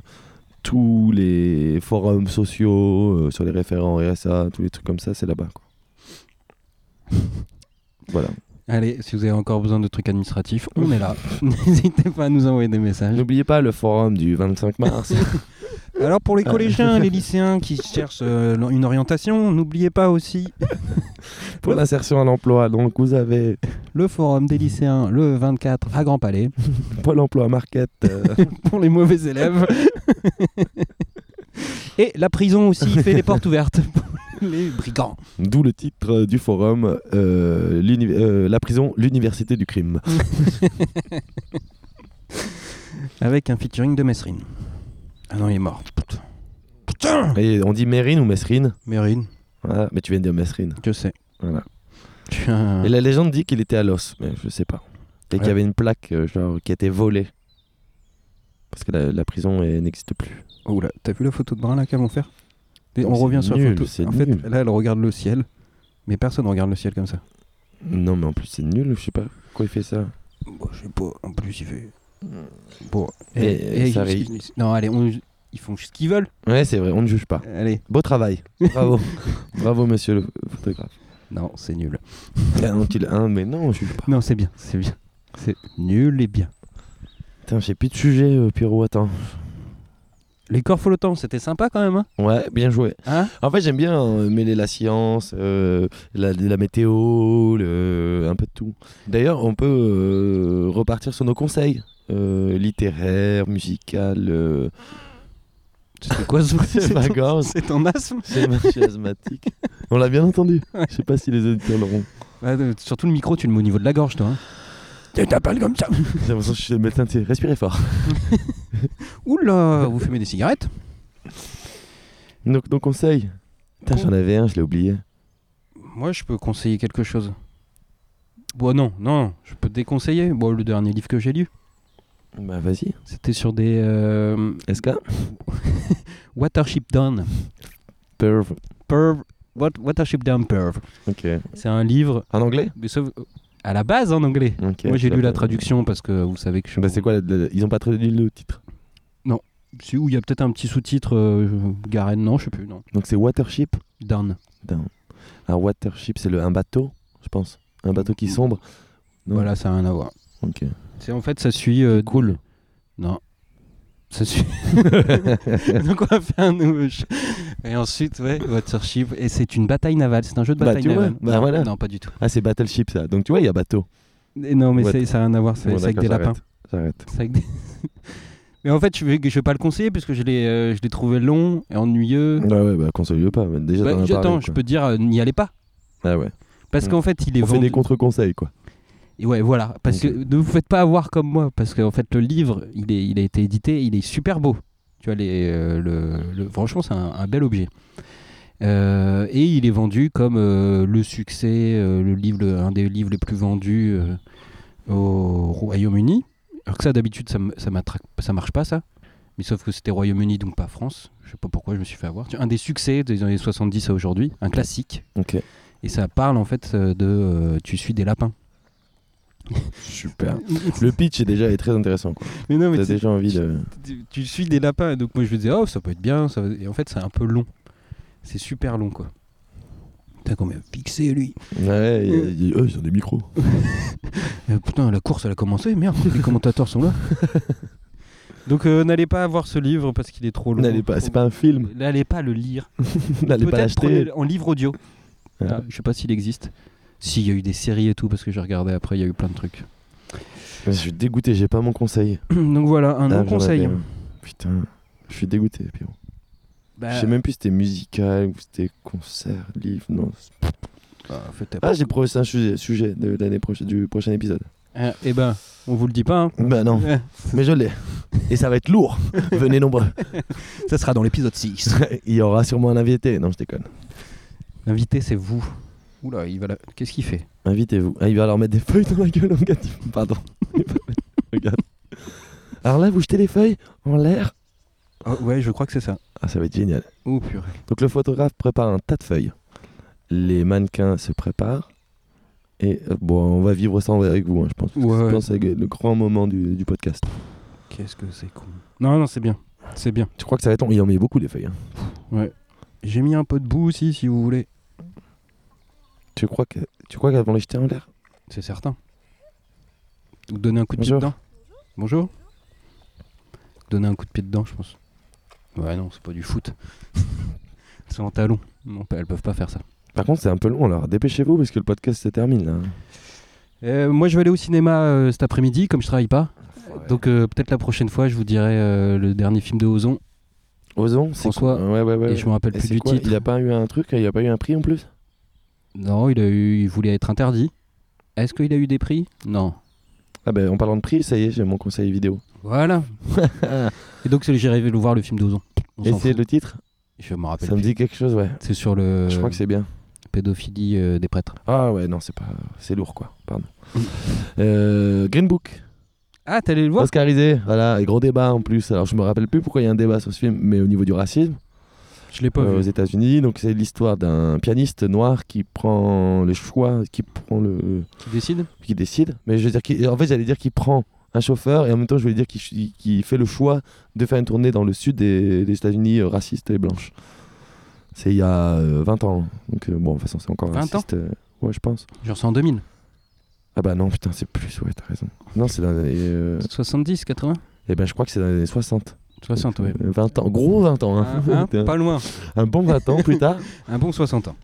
[SPEAKER 2] tous les forums sociaux euh, sur les référents RSA, tous les trucs comme ça, c'est là-bas. quoi. (laughs) voilà.
[SPEAKER 1] Allez, si vous avez encore besoin de trucs administratifs, on est là. (laughs) N'hésitez pas à nous envoyer des messages.
[SPEAKER 2] N'oubliez pas le forum du 25 mars.
[SPEAKER 1] (laughs) Alors pour
[SPEAKER 2] Euh,
[SPEAKER 1] les
[SPEAKER 2] (laughs)
[SPEAKER 1] collégiens, les lycéens qui cherchent euh, l'or- une orientation, n'oubliez pas aussi
[SPEAKER 2] pour l'insertion à l'emploi, donc vous avez
[SPEAKER 1] le forum des lycéens le 24 à Grand Palais (laughs)
[SPEAKER 2] Pôle emploi Market. euh, (laughs)
[SPEAKER 1] pour les mauvais (laughs) élèves. Et la prison aussi fait les portes ouvertes pour les brigands.
[SPEAKER 2] D'où le titre euh, du forum euh, l'uni- euh, La prison, l'université du crime.
[SPEAKER 1] Avec un featuring de Messrine. Ah non, il est mort. Putain.
[SPEAKER 2] Et on dit Mérine ou Messrine
[SPEAKER 1] Mérine.
[SPEAKER 2] Voilà. Mais tu viens de dire Mesrine.
[SPEAKER 1] Je sais.
[SPEAKER 2] Voilà.
[SPEAKER 1] Je suis un-
[SPEAKER 2] Et la légende dit qu'il était à Los, mais je sais pas. Et qu'il y
[SPEAKER 1] Hein. Ouais.
[SPEAKER 2] avait une plaque euh, genre, qui était volée. Parce que la, la prison elle n'existe plus.
[SPEAKER 1] Oh là, t'as vu la photo de Brun là qu'elles vont faire Et On
[SPEAKER 2] C'est
[SPEAKER 1] revient sur la
[SPEAKER 2] nul,
[SPEAKER 1] photo.
[SPEAKER 2] c'est
[SPEAKER 1] En fait,
[SPEAKER 2] nul.
[SPEAKER 1] là, elle regarde le ciel, mais personne regarde le ciel comme ça.
[SPEAKER 2] Non, mais en plus, c'est nul, je sais pas. Pourquoi il fait ça
[SPEAKER 1] Bon, je sais pas, en plus, il fait. Bon,
[SPEAKER 2] Et- et ça
[SPEAKER 1] ils- ils- Non, allez, on- ils font ce qu'ils veulent.
[SPEAKER 2] Ouais, c'est vrai, on ne juge pas.
[SPEAKER 1] Allez,
[SPEAKER 2] Beau travail. Bravo. Bravo, monsieur le photographe.
[SPEAKER 1] non, c'est nul.
[SPEAKER 2] Ah, non, tu l'as- hein, mais non, on juge pas.
[SPEAKER 1] Non, c'est bien, c'est bien. C'est nul et bien.
[SPEAKER 2] Putain, j'ai plus de sujet, euh, Pierrot, attends.
[SPEAKER 1] Les corps flottants, c'était sympa quand même, hein,
[SPEAKER 2] Ouais, bien joué.
[SPEAKER 1] hein
[SPEAKER 2] En fait, j'aime bien euh, mêler la science, euh, la, la météo, le- un peu de tout. D'ailleurs, on peut euh, repartir sur nos conseils euh, littéraires, musicales. euh, (laughs)
[SPEAKER 1] C'était quoi (laughs) ce
[SPEAKER 2] C'est ma
[SPEAKER 1] ton-
[SPEAKER 2] gorge.
[SPEAKER 1] (laughs) C'est ton asthme
[SPEAKER 2] C'est ma- je suis asthmatique. On l'a bien entendu.
[SPEAKER 1] Ouais.
[SPEAKER 2] Je sais pas si les auditeurs l'auront.
[SPEAKER 1] Ouais, euh, Surtout le micro, tu le mets au niveau de la gorge, toi. hein. Tu t'appelles comme ça
[SPEAKER 2] J'ai l'impression que je suis le médecin. tu sais, Respirez fort.
[SPEAKER 1] Oula, vous fumez des cigarettes
[SPEAKER 2] Donc, nos conseils. Putain, j'en avais un, je l'ai oublié.
[SPEAKER 1] Moi, je peux conseiller quelque chose. Bon, non, non, je peux te déconseiller. Bon, le dernier livre que j'ai lu,
[SPEAKER 2] Bah, vas-y.
[SPEAKER 1] c'était sur des euh,
[SPEAKER 2] SK.
[SPEAKER 1] Watership Down.
[SPEAKER 2] Perv.
[SPEAKER 1] Perv. What, Watership Down Perv.
[SPEAKER 2] Ok.
[SPEAKER 1] C'est un livre,
[SPEAKER 2] En anglais
[SPEAKER 1] mais sauf- à la base en anglais.
[SPEAKER 2] Ok,
[SPEAKER 1] Moi, j'ai
[SPEAKER 2] je
[SPEAKER 1] lu la
[SPEAKER 2] l'avais.
[SPEAKER 1] traduction parce que vous savez que je suis.
[SPEAKER 2] Bah, c'est quoi le- le- Ils ont pas traduit le titre.
[SPEAKER 1] C'est où il y a peut-être un petit sous-titre euh, Garen, non, je sais plus, non.
[SPEAKER 2] Donc, c'est Watership.
[SPEAKER 1] Down.
[SPEAKER 2] Down. Un watership, c'est le- un bateau, je pense. Un bateau qui sombre. Non.
[SPEAKER 1] Voilà, ça n'a rien à voir.
[SPEAKER 2] Ok.
[SPEAKER 1] C'est en fait, ça suit. euh,
[SPEAKER 2] Cool.
[SPEAKER 1] Non. Ça suit. (laughs) Donc on va faire un nouveau jeu. Et ensuite, ouais, Watership. Et c'est une bataille navale. C'est un jeu de
[SPEAKER 2] Bah,
[SPEAKER 1] bataille
[SPEAKER 2] tu vois,
[SPEAKER 1] navale.
[SPEAKER 2] bah
[SPEAKER 1] non,
[SPEAKER 2] voilà.
[SPEAKER 1] non, pas du tout.
[SPEAKER 2] Ah, c'est battleship ça. Donc tu vois, il y a bateau.
[SPEAKER 1] Et non, mais
[SPEAKER 2] Ouais,
[SPEAKER 1] c'est- ça n'a rien à voir. C'est
[SPEAKER 2] Bon,
[SPEAKER 1] c'est avec
[SPEAKER 2] d'accord,
[SPEAKER 1] des lapins.
[SPEAKER 2] j'arrête. J'arrête.
[SPEAKER 1] C'est avec des- (laughs) mais en fait, je vais, je vais pas le conseiller parce que je l'ai euh, je l'ai trouvé long et ennuyeux.
[SPEAKER 2] Ouais, ouais, bah consolide pas. mais Déjà,
[SPEAKER 1] Bah,
[SPEAKER 2] t'en as
[SPEAKER 1] J'attends,
[SPEAKER 2] parlé,
[SPEAKER 1] je
[SPEAKER 2] quoi.
[SPEAKER 1] peux te dire, euh, n'y allez pas.
[SPEAKER 2] Ah ouais.
[SPEAKER 1] Parce
[SPEAKER 2] Mm.
[SPEAKER 1] qu'en fait, il est
[SPEAKER 2] On fait
[SPEAKER 1] vendu.
[SPEAKER 2] des contre-conseils quoi.
[SPEAKER 1] Et ouais, voilà. Parce que
[SPEAKER 2] Ok.
[SPEAKER 1] ne vous faites pas avoir comme moi, parce qu'en fait, le livre, il, est, il a été édité, il est super beau. Tu vois, les, euh, le, le- franchement, c'est un, un bel objet. Euh, et il est vendu comme euh, le succès, euh, le livre, le- un des livres les plus vendus euh, au Royaume-Uni. Alors que ça, d'habitude, ça, me- ça, m'attraque- ça marche pas, ça. Mais sauf que c'était Royaume-Uni, donc pas France. Je sais pas pourquoi je me suis fait avoir. Tu vois, Un des succès des années 70 à aujourd'hui, un classique.
[SPEAKER 2] Ok.
[SPEAKER 1] Et ça parle en fait euh, de euh, tu suis des lapins.
[SPEAKER 2] Super. Le pitch est déjà est très intéressant. quoi.
[SPEAKER 1] (laughs) Mais non, mais
[SPEAKER 2] T'as
[SPEAKER 1] tu-
[SPEAKER 2] déjà envie de.
[SPEAKER 1] tu, tu suis des lapins. Donc moi je me disais, oh ça peut être bien. Ça va- Et en fait c'est un peu long. C'est super long quoi. Putain combien pixé lui.
[SPEAKER 2] Ouais, il y a- il y a- eux, ils ont des micros.
[SPEAKER 1] Euh, putain la course elle a commencé. Merde, les commentateurs sont
[SPEAKER 2] (laughs)
[SPEAKER 1] là. Donc euh, n'allez pas voir ce livre parce qu'il est trop long.
[SPEAKER 2] N'allez pas, c'est pas un film.
[SPEAKER 1] N'allez pas le lire.
[SPEAKER 2] (laughs) N'allez pas
[SPEAKER 1] Peut-être
[SPEAKER 2] l'acheter.
[SPEAKER 1] prenez-le en livre audio.
[SPEAKER 2] Ouais.
[SPEAKER 1] Ah, je sais pas s'il existe. S'il y a eu des séries et tout parce que j'ai regardé après il y a eu plein de
[SPEAKER 2] (clears throat)
[SPEAKER 1] trucs.
[SPEAKER 2] Je suis dégoûté, j'ai pas mon conseil.
[SPEAKER 1] Donc voilà un non
[SPEAKER 2] Ah, j'en avais
[SPEAKER 1] conseil.
[SPEAKER 2] un. Putain, je suis dégoûté, Pierrot.
[SPEAKER 1] Bah,
[SPEAKER 2] Je sais même plus si c'était musical ou si c'était concert, livre, non.
[SPEAKER 1] bah, faites
[SPEAKER 2] Ah,
[SPEAKER 1] pas.
[SPEAKER 2] j'ai proposé un sujet, sujet de l'année prochaine, du prochain épisode.
[SPEAKER 1] Euh, eh ben on vous le dit pas. hein.
[SPEAKER 2] Bah non, (laughs)
[SPEAKER 1] Euh,
[SPEAKER 2] mais je l'ai. Et ça va être lourd. (laughs) Venez nombreux.
[SPEAKER 1] Ça sera dans l'épisode 6.
[SPEAKER 2] Il y aura sûrement un invité. Non, je déconne.
[SPEAKER 1] (laughs) L'invité, c'est vous. Oula, il va la- Qu'est-ce qu'il fait
[SPEAKER 2] Invitez-vous. Ah, il va leur mettre des feuilles dans la gueule en gâteau. Pardon. (laughs) Regarde. Alors là, vous jetez les feuilles en l'air.
[SPEAKER 1] Ouais, je crois que c'est ça.
[SPEAKER 2] Ah, ça va être génial.
[SPEAKER 1] Oh purée.
[SPEAKER 2] Donc le photographe prépare un tas de feuilles. Les mannequins se préparent. Et euh, bon, on va vivre ça avec vous, hein, je pense. Parce que
[SPEAKER 1] Ouais,
[SPEAKER 2] Je
[SPEAKER 1] ouais.
[SPEAKER 2] pense que c'est le grand moment du, du podcast.
[SPEAKER 1] Qu'est-ce que c'est con. Non, non, c'est bien. C'est bien.
[SPEAKER 2] Tu crois que ça va être long Il en met beaucoup des feuilles. hein.
[SPEAKER 1] J'ai mis un peu de boue aussi, si vous voulez.
[SPEAKER 2] Tu crois que tu crois qu'elles vont les jeter en l'air
[SPEAKER 1] C'est certain. Vous donnez un coup de
[SPEAKER 2] Bonjour.
[SPEAKER 1] pied dedans. Bonjour. Donner un coup de pied dedans, je pense. Ouais, non, c'est pas du foot. (laughs) c'est en talon. Non, elles peuvent pas faire ça.
[SPEAKER 2] Par contre, c'est un peu long. Alors dépêchez-vous parce que le podcast se termine là.
[SPEAKER 1] Euh, moi, je vais aller au cinéma euh, cet après-midi, comme je travaille pas. Donc, euh, peut-être la prochaine fois, je vous dirai euh, le dernier film de Ozon.
[SPEAKER 2] Ozon, c'est
[SPEAKER 1] François,
[SPEAKER 2] quoi Ouais, ouais, ouais.
[SPEAKER 1] et je me rappelle
[SPEAKER 2] Et
[SPEAKER 1] plus
[SPEAKER 2] c'est
[SPEAKER 1] du
[SPEAKER 2] quoi
[SPEAKER 1] titre.
[SPEAKER 2] Il a pas eu un truc Il a pas eu un prix en plus
[SPEAKER 1] Non, il a eu, il voulait être interdit. Est-ce qu'il a eu des prix Non.
[SPEAKER 2] Ah ben, en parlant de prix, ça y est, j'ai mon conseil vidéo. (laughs)
[SPEAKER 1] Voilà. Et donc c'est- j'irai le voir le film d'Ozon. On
[SPEAKER 2] Et
[SPEAKER 1] s'en
[SPEAKER 2] c'est
[SPEAKER 1] fout.
[SPEAKER 2] le titre
[SPEAKER 1] Je me rappelle.
[SPEAKER 2] Ça me
[SPEAKER 1] plus.
[SPEAKER 2] dit quelque chose, ouais.
[SPEAKER 1] C'est sur le
[SPEAKER 2] Je crois que c'est bien.
[SPEAKER 1] pédophilie euh, des prêtres.
[SPEAKER 2] Ah ouais, non, c'est pas. C'est lourd, quoi. Pardon.
[SPEAKER 1] Mm.
[SPEAKER 2] Euh, Green Book,
[SPEAKER 1] Ah, t'es allé le voir
[SPEAKER 2] Oscarisé, voilà, et gros débat en plus. Alors je me rappelle plus pourquoi il y a un débat sur ce film, mais au niveau du racisme
[SPEAKER 1] Je l'ai pas
[SPEAKER 2] euh, aux
[SPEAKER 1] vu.
[SPEAKER 2] États-Unis, donc c'est l'histoire d'un pianiste noir qui prend le choix, qui prend le,
[SPEAKER 1] Tu décides
[SPEAKER 2] qui décide. Mais je veux dire, qu'il- en fait, j'allais dire qu'il prend un chauffeur et en même temps, je voulais dire qu'il ch- qu'il fait le choix de faire une tournée dans le sud des, des États-Unis euh, racistes et blanches. C'est il y a euh, 20 ans. Donc, euh, bon, de toute façon, c'est encore
[SPEAKER 1] 20 ans
[SPEAKER 2] raciste. euh, ouais, je pense.
[SPEAKER 1] Genre, c'est en 2000.
[SPEAKER 2] Ah bah non, putain, c'est plus, ouais, t'as raison. Non, c'est dans les années. euh,
[SPEAKER 1] 70, 80
[SPEAKER 2] eh ben, je crois que c'est dans les années 60.
[SPEAKER 1] 60, ouais.
[SPEAKER 2] Euh, 20 ans, gros 20 ans. hein.
[SPEAKER 1] Un- un,
[SPEAKER 2] Putain.
[SPEAKER 1] Ah, pas loin.
[SPEAKER 2] (laughs) un bon 20 ans plus tard.
[SPEAKER 1] Un bon 60 ans.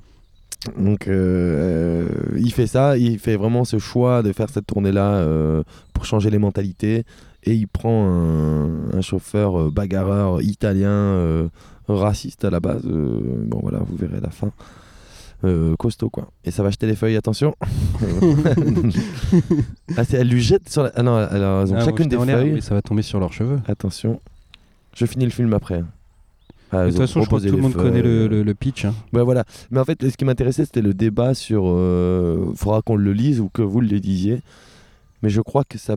[SPEAKER 2] Donc euh, euh, il fait ça, il fait vraiment ce choix de faire cette tournée-là euh, pour changer les mentalités. Et il prend un, un chauffeur euh, bagarreur italien, euh, raciste à la base. euh, bon voilà, vous verrez la fin. Euh, costaud quoi. Et ça va jeter les
[SPEAKER 1] (laughs)
[SPEAKER 2] feuilles, attention. ah, c'est- elle lui jette sur la... Ah non, alors, elles ont
[SPEAKER 1] Ah, bon,
[SPEAKER 2] chacune
[SPEAKER 1] j'étais en
[SPEAKER 2] des
[SPEAKER 1] l'air,
[SPEAKER 2] feuilles.
[SPEAKER 1] mais ça va tomber sur leurs cheveux.
[SPEAKER 2] Attention. Je finis le film après.
[SPEAKER 1] de
[SPEAKER 2] Ah, elles
[SPEAKER 1] toute
[SPEAKER 2] ont
[SPEAKER 1] façon, je crois que
[SPEAKER 2] proposé
[SPEAKER 1] tout le
[SPEAKER 2] les
[SPEAKER 1] monde connaît le,
[SPEAKER 2] feuilles.
[SPEAKER 1] le- le pitch. hein.
[SPEAKER 2] Bah voilà. Mais en fait, ce qui m'intéressait, c'était le débat sur. euh, faudra qu'on le lise ou que vous le lisiez. Mais je crois que ça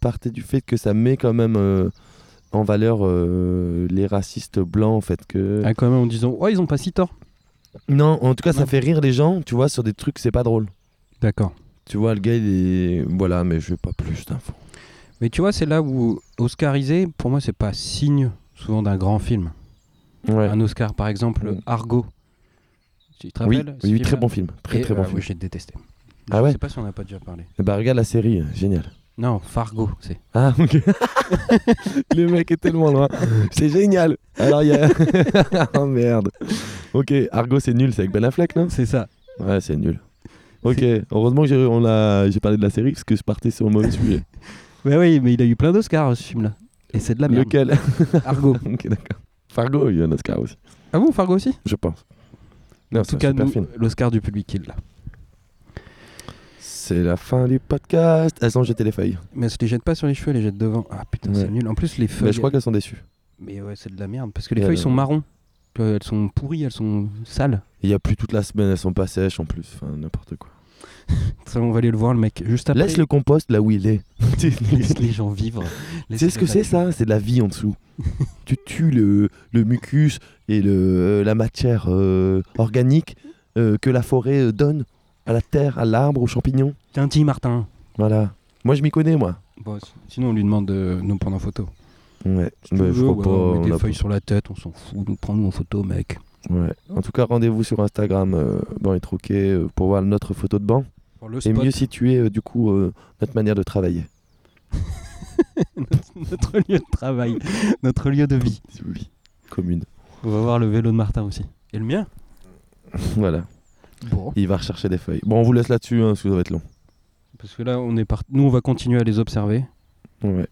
[SPEAKER 2] partait du fait que ça met quand même euh, en valeur euh, les racistes blancs, en fait. Que...
[SPEAKER 1] Ah, quand même, en disant Oh, ils ont pas si tort.
[SPEAKER 2] Non, en tout cas, ça
[SPEAKER 1] Non.
[SPEAKER 2] fait rire les gens, tu vois, sur des trucs, c'est pas drôle.
[SPEAKER 1] D'accord.
[SPEAKER 2] Tu vois, le gars, il est. Voilà, mais je veux pas plus d'infos.
[SPEAKER 1] Mais tu vois, c'est là où Oscarisé, pour moi, c'est pas signe souvent d'un grand film.
[SPEAKER 2] Ouais.
[SPEAKER 1] Un Oscar, par exemple,
[SPEAKER 2] Mm.
[SPEAKER 1] Argo. Tu te
[SPEAKER 2] Oui,
[SPEAKER 1] rappelles ce
[SPEAKER 2] oui,
[SPEAKER 1] film-là
[SPEAKER 2] très bon film. Très
[SPEAKER 1] Et,
[SPEAKER 2] très bon
[SPEAKER 1] euh,
[SPEAKER 2] film.
[SPEAKER 1] oui, j'ai détesté.
[SPEAKER 2] Ah
[SPEAKER 1] je
[SPEAKER 2] ouais
[SPEAKER 1] sais pas si on n'a pas déjà parlé.
[SPEAKER 2] Bah regarde la série, génial.
[SPEAKER 1] Non, Fargo, c'est.
[SPEAKER 2] Ah, ok. (laughs) le mec est tellement loin. C'est génial. Alors, il y a. (laughs) oh merde. Ok, Argo, c'est nul, c'est avec Ben Affleck, non
[SPEAKER 1] C'est ça.
[SPEAKER 2] Ouais, c'est nul. Ok, heureusement que j'ai on l'a- j'ai parlé de la série parce que je partais sur le mauvais sujet.
[SPEAKER 1] Mais oui, mais il a eu plein d'Oscars ce film-là. Et c'est de la merde.
[SPEAKER 2] Lequel (laughs)
[SPEAKER 1] Argo.
[SPEAKER 2] Ok, d'accord. Fargo, il y a un Oscar aussi,
[SPEAKER 1] Ah bon, Fargo aussi
[SPEAKER 2] je pense. Non,
[SPEAKER 1] En tout
[SPEAKER 2] c'est
[SPEAKER 1] cas,
[SPEAKER 2] un super
[SPEAKER 1] nous,
[SPEAKER 2] film.
[SPEAKER 1] l'Oscar du public, il l'a.
[SPEAKER 2] C'est la fin du podcast. Elles ont jeté les feuilles.
[SPEAKER 1] Mais je les jette pas sur les cheveux, je les jette devant. Ah putain,
[SPEAKER 2] Ouais.
[SPEAKER 1] c'est nul. En plus, les feuilles.
[SPEAKER 2] Mais je crois qu'elles sont déçues.
[SPEAKER 1] Mais ouais, c'est de la merde. Parce que les
[SPEAKER 2] Et
[SPEAKER 1] feuilles
[SPEAKER 2] alors
[SPEAKER 1] sont marron. Euh, Elles sont pourries, elles sont sales.
[SPEAKER 2] Il n'y a plus toute la semaine, elles sont pas sèches en plus. Enfin, n'importe quoi.
[SPEAKER 1] Ça, on va aller le voir, le mec. Juste après.
[SPEAKER 2] Laisse le compost là où il est.
[SPEAKER 1] (laughs) Laisse les gens vivre.
[SPEAKER 2] Tu
[SPEAKER 1] Laisse
[SPEAKER 2] sais ce
[SPEAKER 1] les
[SPEAKER 2] que c'est
[SPEAKER 1] animaux.
[SPEAKER 2] ça C'est de la vie
[SPEAKER 1] (laughs)
[SPEAKER 2] en dessous. tu tues le, le mucus et le, la matière euh, organique euh, que la forêt euh, donne à la terre, à l'arbre, aux champignons.
[SPEAKER 1] Tintin Martin.
[SPEAKER 2] Voilà. Moi, je m'y connais, moi.
[SPEAKER 1] Bon, s- sinon, on lui demande de nous prendre en photo.
[SPEAKER 2] Ouais.
[SPEAKER 1] Si tu
[SPEAKER 2] Mais
[SPEAKER 1] veux,
[SPEAKER 2] je crois
[SPEAKER 1] ouais,
[SPEAKER 2] pas,
[SPEAKER 1] on met
[SPEAKER 2] on
[SPEAKER 1] des
[SPEAKER 2] a
[SPEAKER 1] feuilles
[SPEAKER 2] pas-
[SPEAKER 1] sur la tête, on s'en fout. Nous prends-nous en photo, mec.
[SPEAKER 2] Ouais. En tout cas, rendez-vous sur Instagram, euh, Ban et Troquet, euh, pour voir notre photo de banc
[SPEAKER 1] Pour le
[SPEAKER 2] et
[SPEAKER 1] spot.
[SPEAKER 2] mieux situer, euh, du coup, euh, notre manière de travailler.
[SPEAKER 1] (laughs) notre lieu de travail, (laughs) notre lieu de vie.
[SPEAKER 2] Oui. Commune.
[SPEAKER 1] On va voir le vélo de Martin aussi. Et le mien
[SPEAKER 2] voilà.
[SPEAKER 1] Bon.
[SPEAKER 2] Il va rechercher des feuilles. Bon, on vous laisse là-dessus, hein, parce que ça va être long.
[SPEAKER 1] Parce que là, on est parti. Nous, on va continuer à les observer.
[SPEAKER 2] Ouais.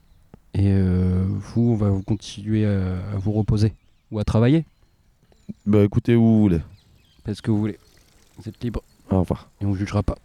[SPEAKER 1] Et euh, vous, on va vous continuer à, à vous reposer ou à travailler,
[SPEAKER 2] Bah, écoutez où vous voulez.
[SPEAKER 1] parce que vous voulez. Vous êtes libre
[SPEAKER 2] Au revoir.
[SPEAKER 1] et on ne jugera pas.